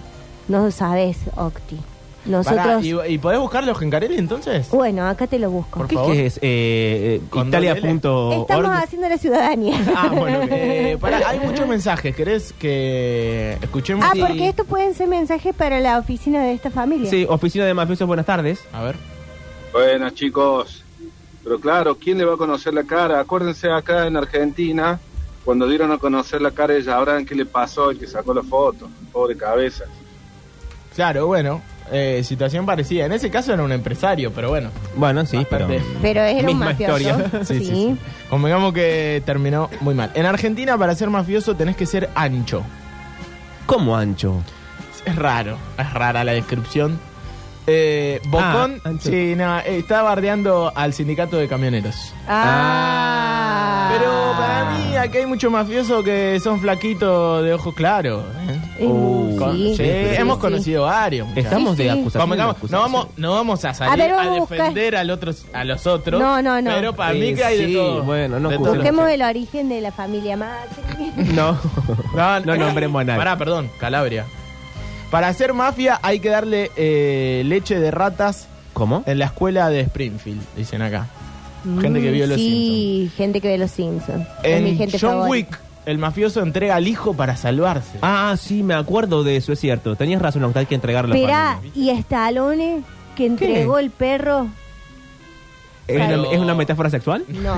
Speaker 2: No sabes, Octi.
Speaker 1: Pará,
Speaker 2: Nosotros. Uh.
Speaker 1: ¿y, y podés buscar los Gencarelli entonces?
Speaker 2: Bueno, acá te lo busco.
Speaker 1: Por
Speaker 3: ¿Qué,
Speaker 1: favor.
Speaker 3: qué es? Eh, eh,
Speaker 1: Con
Speaker 2: Estamos
Speaker 3: Italia.org.
Speaker 2: haciendo la ciudadanía.
Speaker 1: Ah, bueno, eh, pará, hay muchos mensajes. ¿Querés que escuchemos?
Speaker 2: Ah,
Speaker 1: y-
Speaker 2: porque estos pueden ser mensajes para la oficina de esta familia.
Speaker 3: Sí, oficina de mafiosos, buenas tardes.
Speaker 1: A ver.
Speaker 6: Bueno, chicos, pero claro, ¿quién le va a conocer la cara? Acuérdense acá en Argentina, cuando dieron a conocer la cara, ya sabrán qué le pasó el que sacó la foto, pobre cabeza.
Speaker 1: Claro, bueno. eh, situación parecida. En ese caso era un empresario, pero bueno.
Speaker 3: Bueno, sí, pero.
Speaker 1: Bastante.
Speaker 2: Pero era un
Speaker 3: Misma
Speaker 2: mafioso.
Speaker 3: historia.
Speaker 1: Sí, sí, sí. Convengamos que terminó muy mal. En Argentina, para ser mafioso, tenés que ser ancho.
Speaker 3: ¿Cómo ancho?
Speaker 1: Es raro, es rara la descripción. Eh, Bocón
Speaker 3: Ah, ancho.
Speaker 1: sí, no, eh, está bardeando al sindicato de camioneros.
Speaker 2: Ah.
Speaker 1: Pero para mí aquí hay muchos mafiosos que son flaquitos de ojos claros. ¿eh?
Speaker 2: Es muy-
Speaker 3: Uh,
Speaker 2: sí.
Speaker 1: Sí, hemos
Speaker 2: sí.
Speaker 1: conocido varios. muchachos.
Speaker 3: Estamos
Speaker 2: Sí,
Speaker 3: de
Speaker 2: sí.
Speaker 3: acusación.
Speaker 1: Vamos, vamos,
Speaker 3: en
Speaker 1: no,
Speaker 3: acusación.
Speaker 1: vamos, no vamos a salir
Speaker 2: ver,
Speaker 1: a,
Speaker 2: vamos a buscar.
Speaker 1: defender al otros, a los otros.
Speaker 2: No, no, no.
Speaker 1: Pero para
Speaker 3: Sí,
Speaker 1: mí que hay de
Speaker 3: Eh, sí,
Speaker 1: todo.
Speaker 3: bueno, no
Speaker 1: De todo.
Speaker 3: acusemos.
Speaker 2: Busquemos el origen de la familia Macri.
Speaker 3: No, no, nombremos a nadie.
Speaker 1: Pará, perdón, Calabria. Para hacer mafia hay que darle eh, leche de ratas
Speaker 3: ¿Cómo?
Speaker 1: en la escuela de Springfield, dicen acá. Gente que vio
Speaker 2: Mm,
Speaker 1: los Simpsons.
Speaker 2: Sí, gente que ve los Simpsons. Es mi
Speaker 1: En
Speaker 2: gente
Speaker 1: John
Speaker 2: favorita.
Speaker 1: Wick, el mafioso entrega al hijo para salvarse.
Speaker 3: Ah, sí, me acuerdo de eso, es cierto. Tenías razón, Octavio, hay que entregarlo a la
Speaker 2: Esperá,
Speaker 3: familia.
Speaker 2: y Stallone que entregó el perro.
Speaker 3: ¿Es
Speaker 1: Pero-
Speaker 3: una- ¿Es una metáfora sexual?
Speaker 2: No.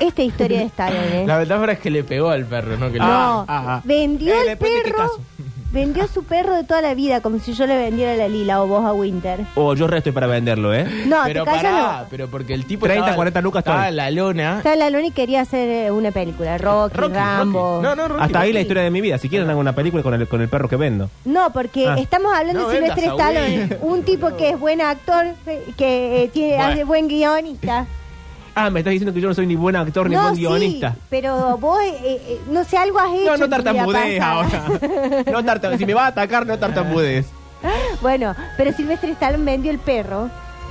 Speaker 2: Esta historia de Stallone.
Speaker 1: La metáfora es que le pegó al perro, no que le-
Speaker 2: ¿eh? No,
Speaker 3: ah, ah.
Speaker 2: vendió
Speaker 3: Eh,
Speaker 2: el
Speaker 3: depende
Speaker 1: este
Speaker 3: de qué
Speaker 2: perro.
Speaker 3: caso.
Speaker 2: Vendió su perro de toda la vida, como si yo le vendiera a la Lila o vos a Winter.
Speaker 3: O yo resto para venderlo, ¿eh?
Speaker 2: No,
Speaker 1: pero
Speaker 2: te callas.
Speaker 1: pará,
Speaker 2: no.
Speaker 1: pero porque el tipo
Speaker 3: 30,
Speaker 1: estaba-
Speaker 3: 40 lucas
Speaker 1: estaba
Speaker 3: estoy.
Speaker 1: en la lona.
Speaker 2: Estaba la Loni y quería hacer eh, una película, Rocky,
Speaker 1: Rocky,
Speaker 2: Rambo.
Speaker 1: Rocky. No, no, Rocky,
Speaker 3: Hasta ahí
Speaker 1: Rocky.
Speaker 3: la historia de mi vida. Si quieren, hago una película con el, con el perro que vendo.
Speaker 2: No, porque
Speaker 3: Ah.
Speaker 2: estamos hablando
Speaker 1: No
Speaker 2: de Silvestre
Speaker 1: vendas a
Speaker 2: Stallone,
Speaker 1: Will.
Speaker 2: un tipo que es buen actor, eh, que eh, tiene,
Speaker 1: Bueno.
Speaker 2: hace buen guionista.
Speaker 3: Ah, me estás diciendo que yo no soy ni buen actor ni
Speaker 2: no,
Speaker 3: buen
Speaker 2: sí,
Speaker 3: guionista.
Speaker 2: pero vos, eh, eh, no sé, algo has hecho.
Speaker 3: No, no
Speaker 2: en tu vida
Speaker 3: tartamudees
Speaker 2: pasada.
Speaker 3: ahora. No tarta- si me va a atacar, no
Speaker 2: Ah.
Speaker 3: tartamudees.
Speaker 2: bueno, pero Silvestre Stallone vendió el perro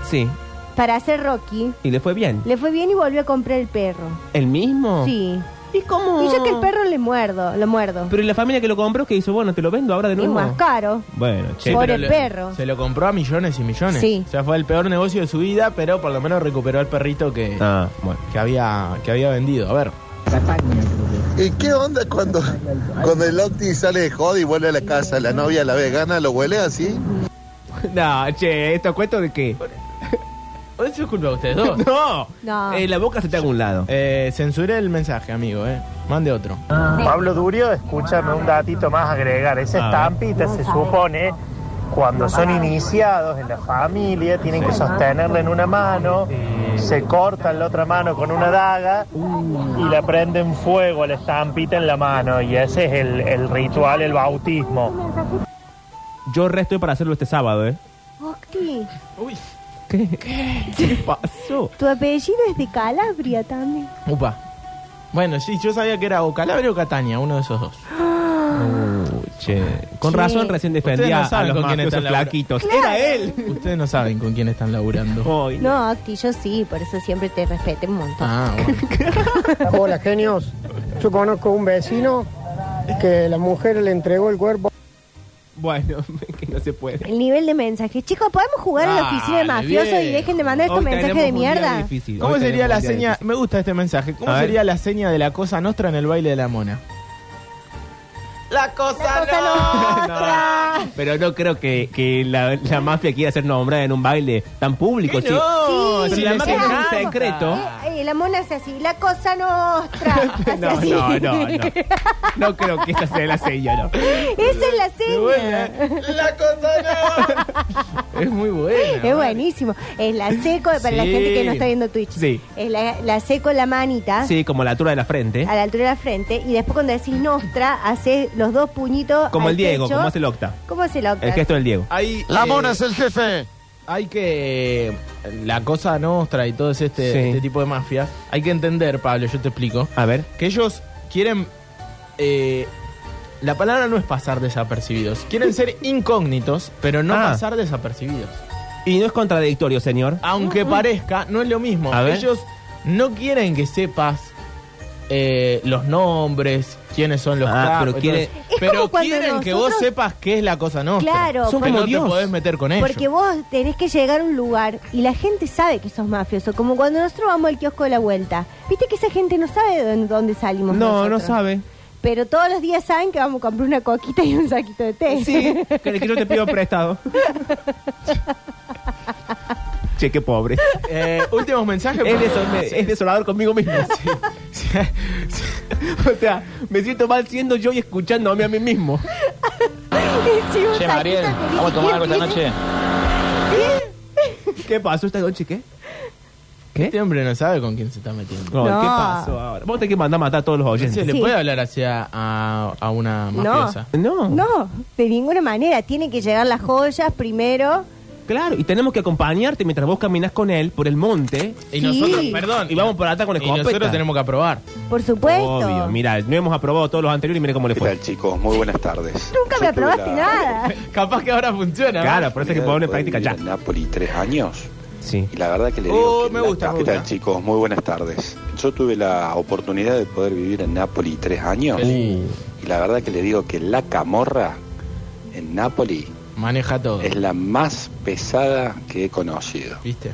Speaker 3: Sí,
Speaker 2: para hacer Rocky.
Speaker 3: y le fue bien.
Speaker 2: Le fue bien y volvió a comprar el perro.
Speaker 3: ¿El mismo?
Speaker 2: Sí.
Speaker 3: Oh. ¿Y cómo?
Speaker 2: Y yo que el perro le muerdo, lo muerdo.
Speaker 3: Pero ¿y la familia que lo compró que hizo, bueno, te lo vendo ahora de
Speaker 2: es
Speaker 3: nuevo.
Speaker 2: más caro.
Speaker 3: Bueno, che.
Speaker 2: Por
Speaker 1: pero
Speaker 2: el
Speaker 1: le-
Speaker 2: perro.
Speaker 1: Se lo compró a millones y millones.
Speaker 2: Sí.
Speaker 1: O sea, fue el peor negocio de su vida, pero por lo menos recuperó al perrito que,
Speaker 3: Ah, bueno.
Speaker 1: que, había, que había vendido. A ver.
Speaker 7: ¿Y qué onda cuando, cuando el Octi sale de joda y vuelve a la casa? La novia, la vegana, lo huele así.
Speaker 3: No, che, esto cuento de qué.
Speaker 1: Eso es culpa de ustedes dos.
Speaker 3: No,
Speaker 2: No.
Speaker 3: Eh, la boca se te haga a un lado.
Speaker 1: Eh, censuré el mensaje, amigo, eh. Mande otro.
Speaker 8: Pablo Durio, escúchame un datito más a agregar. Esa
Speaker 3: A ver.
Speaker 8: estampita se supone cuando son iniciados en la familia, tienen que sostenerla en una mano, se cortan la otra mano con una daga y la prenden fuego a la estampita en la mano. Y ese es el, el ritual, el bautismo.
Speaker 3: Yo resto para hacerlo este sábado, ¿eh?
Speaker 2: Octi,
Speaker 1: Uy.
Speaker 3: ¿Qué? ¿Qué, pasó?
Speaker 2: tu apellido es de Calabria también.
Speaker 1: Upa. Bueno, sí, yo sabía que era o Calabria o Catania, uno de esos dos.
Speaker 3: Uy, che. Con
Speaker 2: Sí.
Speaker 3: razón recién
Speaker 1: Ustedes
Speaker 3: defendía
Speaker 1: no
Speaker 3: a
Speaker 1: saben
Speaker 3: los
Speaker 1: con quién está
Speaker 3: mafiosos
Speaker 1: la obra.
Speaker 3: flaquitos.
Speaker 2: Claro.
Speaker 3: ¡Era él!
Speaker 1: Ustedes no saben con quién están laburando.
Speaker 3: Ay,
Speaker 2: No, Octi, yo sí, por eso siempre te respeto un montón.
Speaker 1: Ah, bueno.
Speaker 9: Hola, genios. Yo conozco un vecino que la mujer le entregó el cuerpo.
Speaker 3: Bueno, que no se puede.
Speaker 2: El nivel de mensaje. Chicos, ¿podemos jugar a la oficina de
Speaker 1: Dale,
Speaker 2: mafiosos y
Speaker 1: viejo.
Speaker 2: dejen de mandar estos
Speaker 3: Hoy
Speaker 2: mensajes
Speaker 3: tenemos
Speaker 2: este de
Speaker 3: un día
Speaker 2: mierda?
Speaker 3: difícil.
Speaker 1: ¿Cómo
Speaker 3: Hoy
Speaker 1: sería
Speaker 3: tenemos
Speaker 1: la
Speaker 3: un día
Speaker 1: seña?
Speaker 3: difícil.
Speaker 1: Me gusta este mensaje. ¿Cómo
Speaker 3: A ver.
Speaker 1: sería la seña de la cosa nostra en el baile de la mona? La cosa,
Speaker 2: La cosa nostra.
Speaker 1: nostra.
Speaker 3: Pero no creo que, que la, la mafia quiera ser nombrada en un baile tan público.
Speaker 1: ¿Qué
Speaker 3: sí.
Speaker 1: no?
Speaker 2: Sí,
Speaker 1: Si
Speaker 3: la
Speaker 1: les
Speaker 3: mafia
Speaker 2: encanta.
Speaker 3: es
Speaker 1: encanta.
Speaker 3: un secreto.
Speaker 2: Eh, eh, la mona hace así, la cosa nostra. Hace
Speaker 3: No,
Speaker 2: así.
Speaker 3: no, no, no. No creo que esa sea la seña, no.
Speaker 2: Esa es la
Speaker 1: Muy buena,
Speaker 2: seña.
Speaker 1: ¿eh? La cosa nostra. Es muy buena.
Speaker 2: Es buenísimo. Es la seco, para la
Speaker 1: Sí.
Speaker 2: gente que no está viendo Twitch.
Speaker 3: Sí.
Speaker 2: Es la, la seco en la manita,
Speaker 3: Sí, como la altura de la frente.
Speaker 2: a la altura de la frente, y después cuando decís nostra, haces los dos puñitos.
Speaker 3: Como
Speaker 2: al
Speaker 3: el Diego,
Speaker 2: pecho.
Speaker 3: como hace el octa.
Speaker 2: ¿Cómo se lo
Speaker 3: El gesto del Diego.
Speaker 1: Hay,
Speaker 4: La
Speaker 1: eh,
Speaker 4: mona es el jefe.
Speaker 1: Hay que. La cosa nostra y todo ese- este,
Speaker 3: Sí.
Speaker 1: este tipo de mafias. Hay que entender, Pablo, yo te explico.
Speaker 3: A ver.
Speaker 1: que ellos quieren. eh, la palabra no es pasar desapercibidos. Quieren ser incógnitos, pero no
Speaker 3: Ah.
Speaker 1: pasar desapercibidos.
Speaker 3: Y no es contradictorio, señor.
Speaker 2: Ah,
Speaker 1: Aunque parezca, no es lo mismo.
Speaker 3: Mm, A ver.
Speaker 1: Ellos no quieren que sepas eh, los nombres, quiénes son los
Speaker 3: Ah, pero
Speaker 1: capos,
Speaker 3: quiere-
Speaker 1: entonces-
Speaker 2: Es
Speaker 1: pero
Speaker 2: como cuando
Speaker 1: quieren que vos
Speaker 2: nosotros-
Speaker 1: sepas qué es la cosa nuestra.
Speaker 2: Claro,
Speaker 1: Son
Speaker 2: porque-
Speaker 1: como no
Speaker 3: Dios.
Speaker 1: te podés meter con ellos.
Speaker 2: Porque vos tenés que llegar a un lugar y la gente sabe que sos mafioso, como cuando nosotros vamos al kiosco de la vuelta. Viste que esa gente no sabe de dónde- dónde salimos.
Speaker 3: No, no
Speaker 2: nosotros.
Speaker 3: sabe.
Speaker 2: Pero todos los días saben que vamos a comprar una coquita y un saquito de té.
Speaker 3: Sí, que que yo te pido prestado. Che, qué pobre.
Speaker 1: Eh, últimos mensajes.
Speaker 3: Es,
Speaker 1: porque-
Speaker 3: deso- me- es desolador conmigo mismo. o sea, me siento mal siendo yo y escuchándome a mí mismo.
Speaker 2: Sí, un saquito que ni siquiera tiene.
Speaker 3: ¿Qué pasó esta noche? ¿Qué?
Speaker 1: Este hombre no sabe con quién se está metiendo.
Speaker 3: No,
Speaker 2: No.
Speaker 3: ¿Qué pasó ahora? Vos tenés que mandar a matar a todos los
Speaker 1: ¿Se
Speaker 3: oyentes.
Speaker 1: le
Speaker 2: Sí.
Speaker 1: puede hablar hacia a, a una
Speaker 2: No.
Speaker 1: mafiosa?
Speaker 3: No.
Speaker 2: No, de ninguna manera. Tiene que llegar las joyas primero.
Speaker 3: Claro, y tenemos que acompañarte mientras vos caminás con él por el monte.
Speaker 1: Y
Speaker 2: Sí.
Speaker 1: nosotros, perdón,
Speaker 3: Y vamos por atrás con
Speaker 1: y
Speaker 3: escopeta.
Speaker 1: nosotros tenemos que aprobar.
Speaker 2: Por supuesto.
Speaker 3: Obvio, mira, no hemos aprobado todos los anteriores y mire cómo le
Speaker 10: ¿Qué
Speaker 3: fue.
Speaker 10: tal, chicos? Muy buenas tardes.
Speaker 2: Nunca me
Speaker 10: Yo tuve
Speaker 2: aprobaste
Speaker 10: la
Speaker 2: nada.
Speaker 1: Capaz que ahora funciona.
Speaker 3: Claro, por eso hay que ponerlo en
Speaker 10: oportunidad de
Speaker 3: práctica
Speaker 10: poder
Speaker 3: ya.
Speaker 10: vivir en Nápoles tres años.
Speaker 3: Sí.
Speaker 10: Y la verdad que le
Speaker 1: Oh,
Speaker 10: digo que
Speaker 1: me
Speaker 10: la-
Speaker 1: gusta, me
Speaker 10: ¿Qué tal,
Speaker 1: gusta.
Speaker 10: chicos? Muy buenas tardes. Yo tuve la oportunidad de poder vivir en Nápoles tres años.
Speaker 3: Uh.
Speaker 10: Y la verdad que le digo que la camorra en Nápoles
Speaker 1: Maneja todo.
Speaker 10: es la más pesada que he conocido.
Speaker 1: ¿Viste?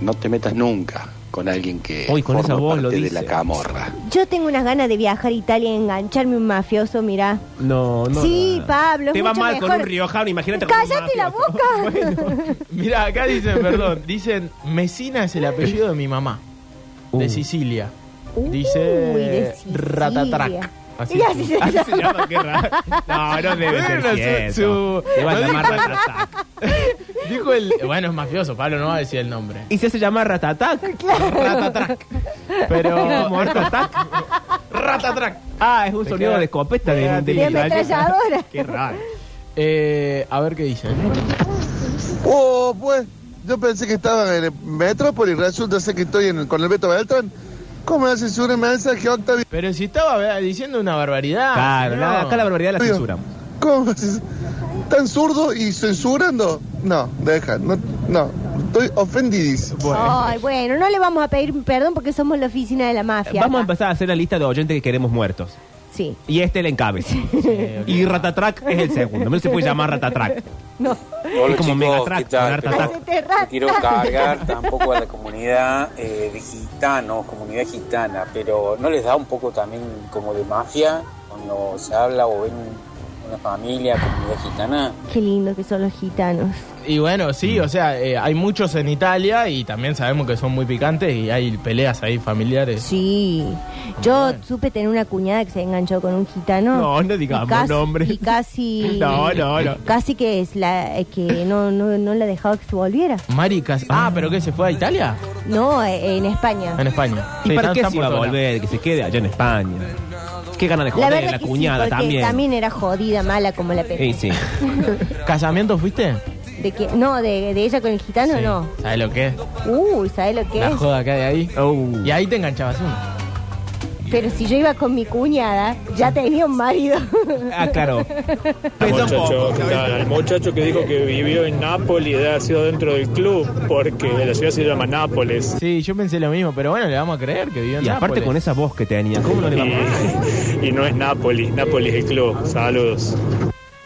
Speaker 10: No te metas nunca con alguien que
Speaker 3: Uy, con
Speaker 10: forma
Speaker 3: esa voz lo
Speaker 10: parte de
Speaker 3: dice.
Speaker 10: la camorra.
Speaker 2: Yo tengo unas ganas de viajar a Italia y engancharme a un mafioso, mirá.
Speaker 3: No, no.
Speaker 2: Sí,
Speaker 3: no.
Speaker 2: Pablo, es
Speaker 3: Te va
Speaker 2: mucho
Speaker 3: mal con
Speaker 2: mejor.
Speaker 3: un riojano, imagínate. con un
Speaker 2: ¡Cállate la
Speaker 3: mafioso.
Speaker 2: boca!
Speaker 1: Mira, acá dicen, perdón, dicen Mesina es el apellido de mi mamá, de
Speaker 3: Uh.
Speaker 1: Sicilia.
Speaker 2: Uy, de
Speaker 1: Dice
Speaker 2: Sicilia.
Speaker 1: Ratatrac.
Speaker 2: Y así se
Speaker 3: Así
Speaker 2: llama.
Speaker 3: se llama, qué raro. No, no debe
Speaker 1: Bueno, su-
Speaker 3: ser
Speaker 1: su-
Speaker 3: cierto. Te va a
Speaker 1: no
Speaker 3: llamar
Speaker 1: dijo-
Speaker 3: Ratatac.
Speaker 1: Dijo el. Bueno, es mafioso, Pablo no va a decir el nombre.
Speaker 3: ¿Y si se llama Ratatac?
Speaker 1: Ratatrac. Pero.
Speaker 3: ¿Como Ratatac?
Speaker 1: Ratatrac.
Speaker 3: Ah, es un
Speaker 1: Te
Speaker 3: sonido
Speaker 1: queda-
Speaker 3: de escopeta
Speaker 1: te queda
Speaker 3: de, ¿eh?
Speaker 1: tibio.
Speaker 2: De ametralladora.
Speaker 3: Qué raro.
Speaker 1: Eh, a ver qué dicen.
Speaker 7: Oh, pues, yo pensé que estaba en el Metrópolis, resulta ser que estoy en- con el Beto Beltrán. ¿Cómo haces un mensaje, Octavio?
Speaker 1: Pero si estaba eh, diciendo una barbaridad.
Speaker 3: Ah, Claro,
Speaker 1: no.
Speaker 3: nada, acá la barbaridad la censura.
Speaker 7: ¿Cómo haces? ¿Tan zurdo y censurando? No, deja, no, no, estoy ofendidísimo.
Speaker 2: Ay, bueno, no le vamos a pedir perdón porque somos la oficina de la mafia.
Speaker 3: Eh, Vamos a
Speaker 2: acá.
Speaker 3: empezar a hacer la lista de oyentes que queremos muertos.
Speaker 2: Sí.
Speaker 3: Y este el encabeza. Y Ratatrac es el segundo. No se puede llamar Ratatrack.
Speaker 2: No.
Speaker 3: es como Megatrack. con Artatac.
Speaker 2: Hacete rata.
Speaker 11: quiero cargar tampoco a la comunidad eh, de gitanos, comunidad gitana, pero ¿no les da un poco también como de mafia cuando se habla o ven una familia, comunidad gitana.
Speaker 2: Qué lindo que son los gitanos.
Speaker 1: Y bueno,
Speaker 3: Mm.
Speaker 1: sí, o sea, eh, hay muchos en Italia y también sabemos que son muy picantes y hay peleas ahí familiares.
Speaker 2: Sí. Yo supe tener una cuñada que se enganchó con un gitano.
Speaker 1: No, no
Speaker 2: y
Speaker 1: digamos
Speaker 2: casi-
Speaker 1: nombres.
Speaker 2: Y casi.
Speaker 1: No, no, no.
Speaker 2: Casi que es la eh, que no, no, no la dejaba que se volviera.
Speaker 1: Maricas. Ah, pero ¿qué? ¿Se fue a Italia?
Speaker 2: No, eh, en España.
Speaker 3: Ah,
Speaker 1: En España.
Speaker 3: ¿Y
Speaker 1: Sí,
Speaker 3: para
Speaker 1: tan-
Speaker 3: qué
Speaker 1: tan
Speaker 3: se iba a
Speaker 1: por todas
Speaker 3: volver? Que se quede allá en España. Qué gana de
Speaker 2: La
Speaker 3: joder,
Speaker 2: verdad
Speaker 3: la,
Speaker 2: que sí,
Speaker 3: cuñada
Speaker 2: porque
Speaker 3: también.
Speaker 2: era jodida, mala como la pena.
Speaker 3: Sí, sí.
Speaker 1: ¿Casamiento fuiste?
Speaker 2: ¿De qué? No, de, de ella con el gitano, no.
Speaker 1: ¿Sabes lo que es?
Speaker 2: Uy, ¿sabes lo que
Speaker 1: La
Speaker 2: es?
Speaker 1: joda acá de ahí.
Speaker 3: Oh.
Speaker 1: Y ahí te enganchabas uno.
Speaker 2: Pero si yo iba con mi cuñada, ya tenía un marido.
Speaker 3: Ah, claro.
Speaker 12: muchacho, ¿qué tal? Al muchacho que dijo que vivió en Nápoles debe haber sido dentro del club, porque la ciudad se llama Nápoles.
Speaker 1: Sí, yo pensé lo mismo, pero bueno, le vamos a creer que vivió en
Speaker 3: Y aparte
Speaker 1: Nápoles.
Speaker 3: con esa voz que tenía, ¿cómo no le vamos a
Speaker 12: Y, y no es Nápoles, Nápoles el club. Saludos.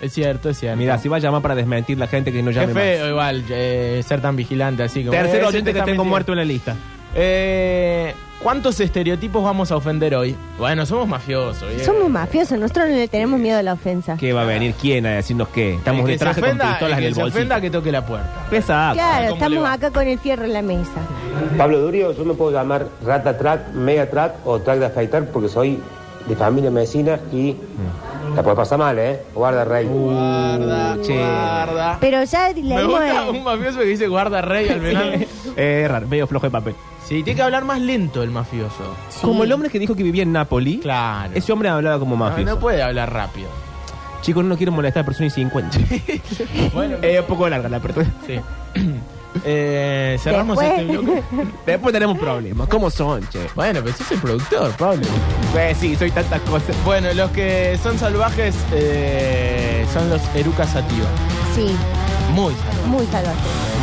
Speaker 1: Es cierto, es cierto.
Speaker 3: Mira, si va a llamar para desmentir la gente que no
Speaker 1: Qué
Speaker 3: llame
Speaker 1: feo igual eh, ser tan vigilante así como...
Speaker 3: más. Tercer
Speaker 1: eh,
Speaker 3: oyente
Speaker 1: ese te
Speaker 3: que
Speaker 1: está mintiendo.
Speaker 3: tengo muerto en la lista.
Speaker 1: Eh, ¿Cuántos estereotipos vamos a ofender hoy? Bueno, somos mafiosos. bien.
Speaker 2: Somos mafiosos, nosotros no le tenemos miedo a la ofensa.
Speaker 3: ¿Qué va a venir quién a decirnos qué? Estamos
Speaker 1: El
Speaker 3: de
Speaker 1: que se
Speaker 3: traje con
Speaker 1: ofenda, el
Speaker 3: pistolas en
Speaker 1: que
Speaker 3: el
Speaker 1: se
Speaker 3: bolsillo.
Speaker 1: ofenda que toque la puerta.
Speaker 3: Pesa.
Speaker 2: Claro,
Speaker 1: ¿Cómo le
Speaker 2: estamos
Speaker 1: va?
Speaker 2: acá con el fierro en la mesa.
Speaker 13: Pablo Durio, yo me puedo llamar Rata Track, Mega Track o Track de Afeitar porque soy de familia medicina y la puede pasar mal, ¿eh? Guarda, Rey.
Speaker 3: Uh,
Speaker 1: Guarda, guarda.
Speaker 2: Pero ya le
Speaker 1: Me
Speaker 2: dimos
Speaker 1: gusta
Speaker 2: el-
Speaker 1: un mafioso que dice guarda rey al final.
Speaker 3: Eh, raro, medio flojo de papel.
Speaker 1: Sí, tiene que hablar más lento el mafioso.
Speaker 3: Como el hombre que dijo que vivía en Nápoles,
Speaker 1: Claro.
Speaker 3: ese hombre hablaba como
Speaker 1: No,
Speaker 3: mafioso.
Speaker 1: no puede hablar rápido.
Speaker 3: Chicos, no quiero molestar a personas y 50.
Speaker 1: Bueno,
Speaker 3: Es un poco larga la apertura.
Speaker 1: sí. Eh, cerramos
Speaker 2: Después-
Speaker 1: este bloque.
Speaker 3: Después tenemos problemas. ¿Cómo son, che?
Speaker 1: Bueno, pero sos el productor, Pablo.
Speaker 3: Pues sí, soy tantas cosas.
Speaker 1: Bueno, los que son salvajes eh, son los Eruca Sativa.
Speaker 2: Sí,
Speaker 1: Muy salvajes.
Speaker 2: muy salvaje.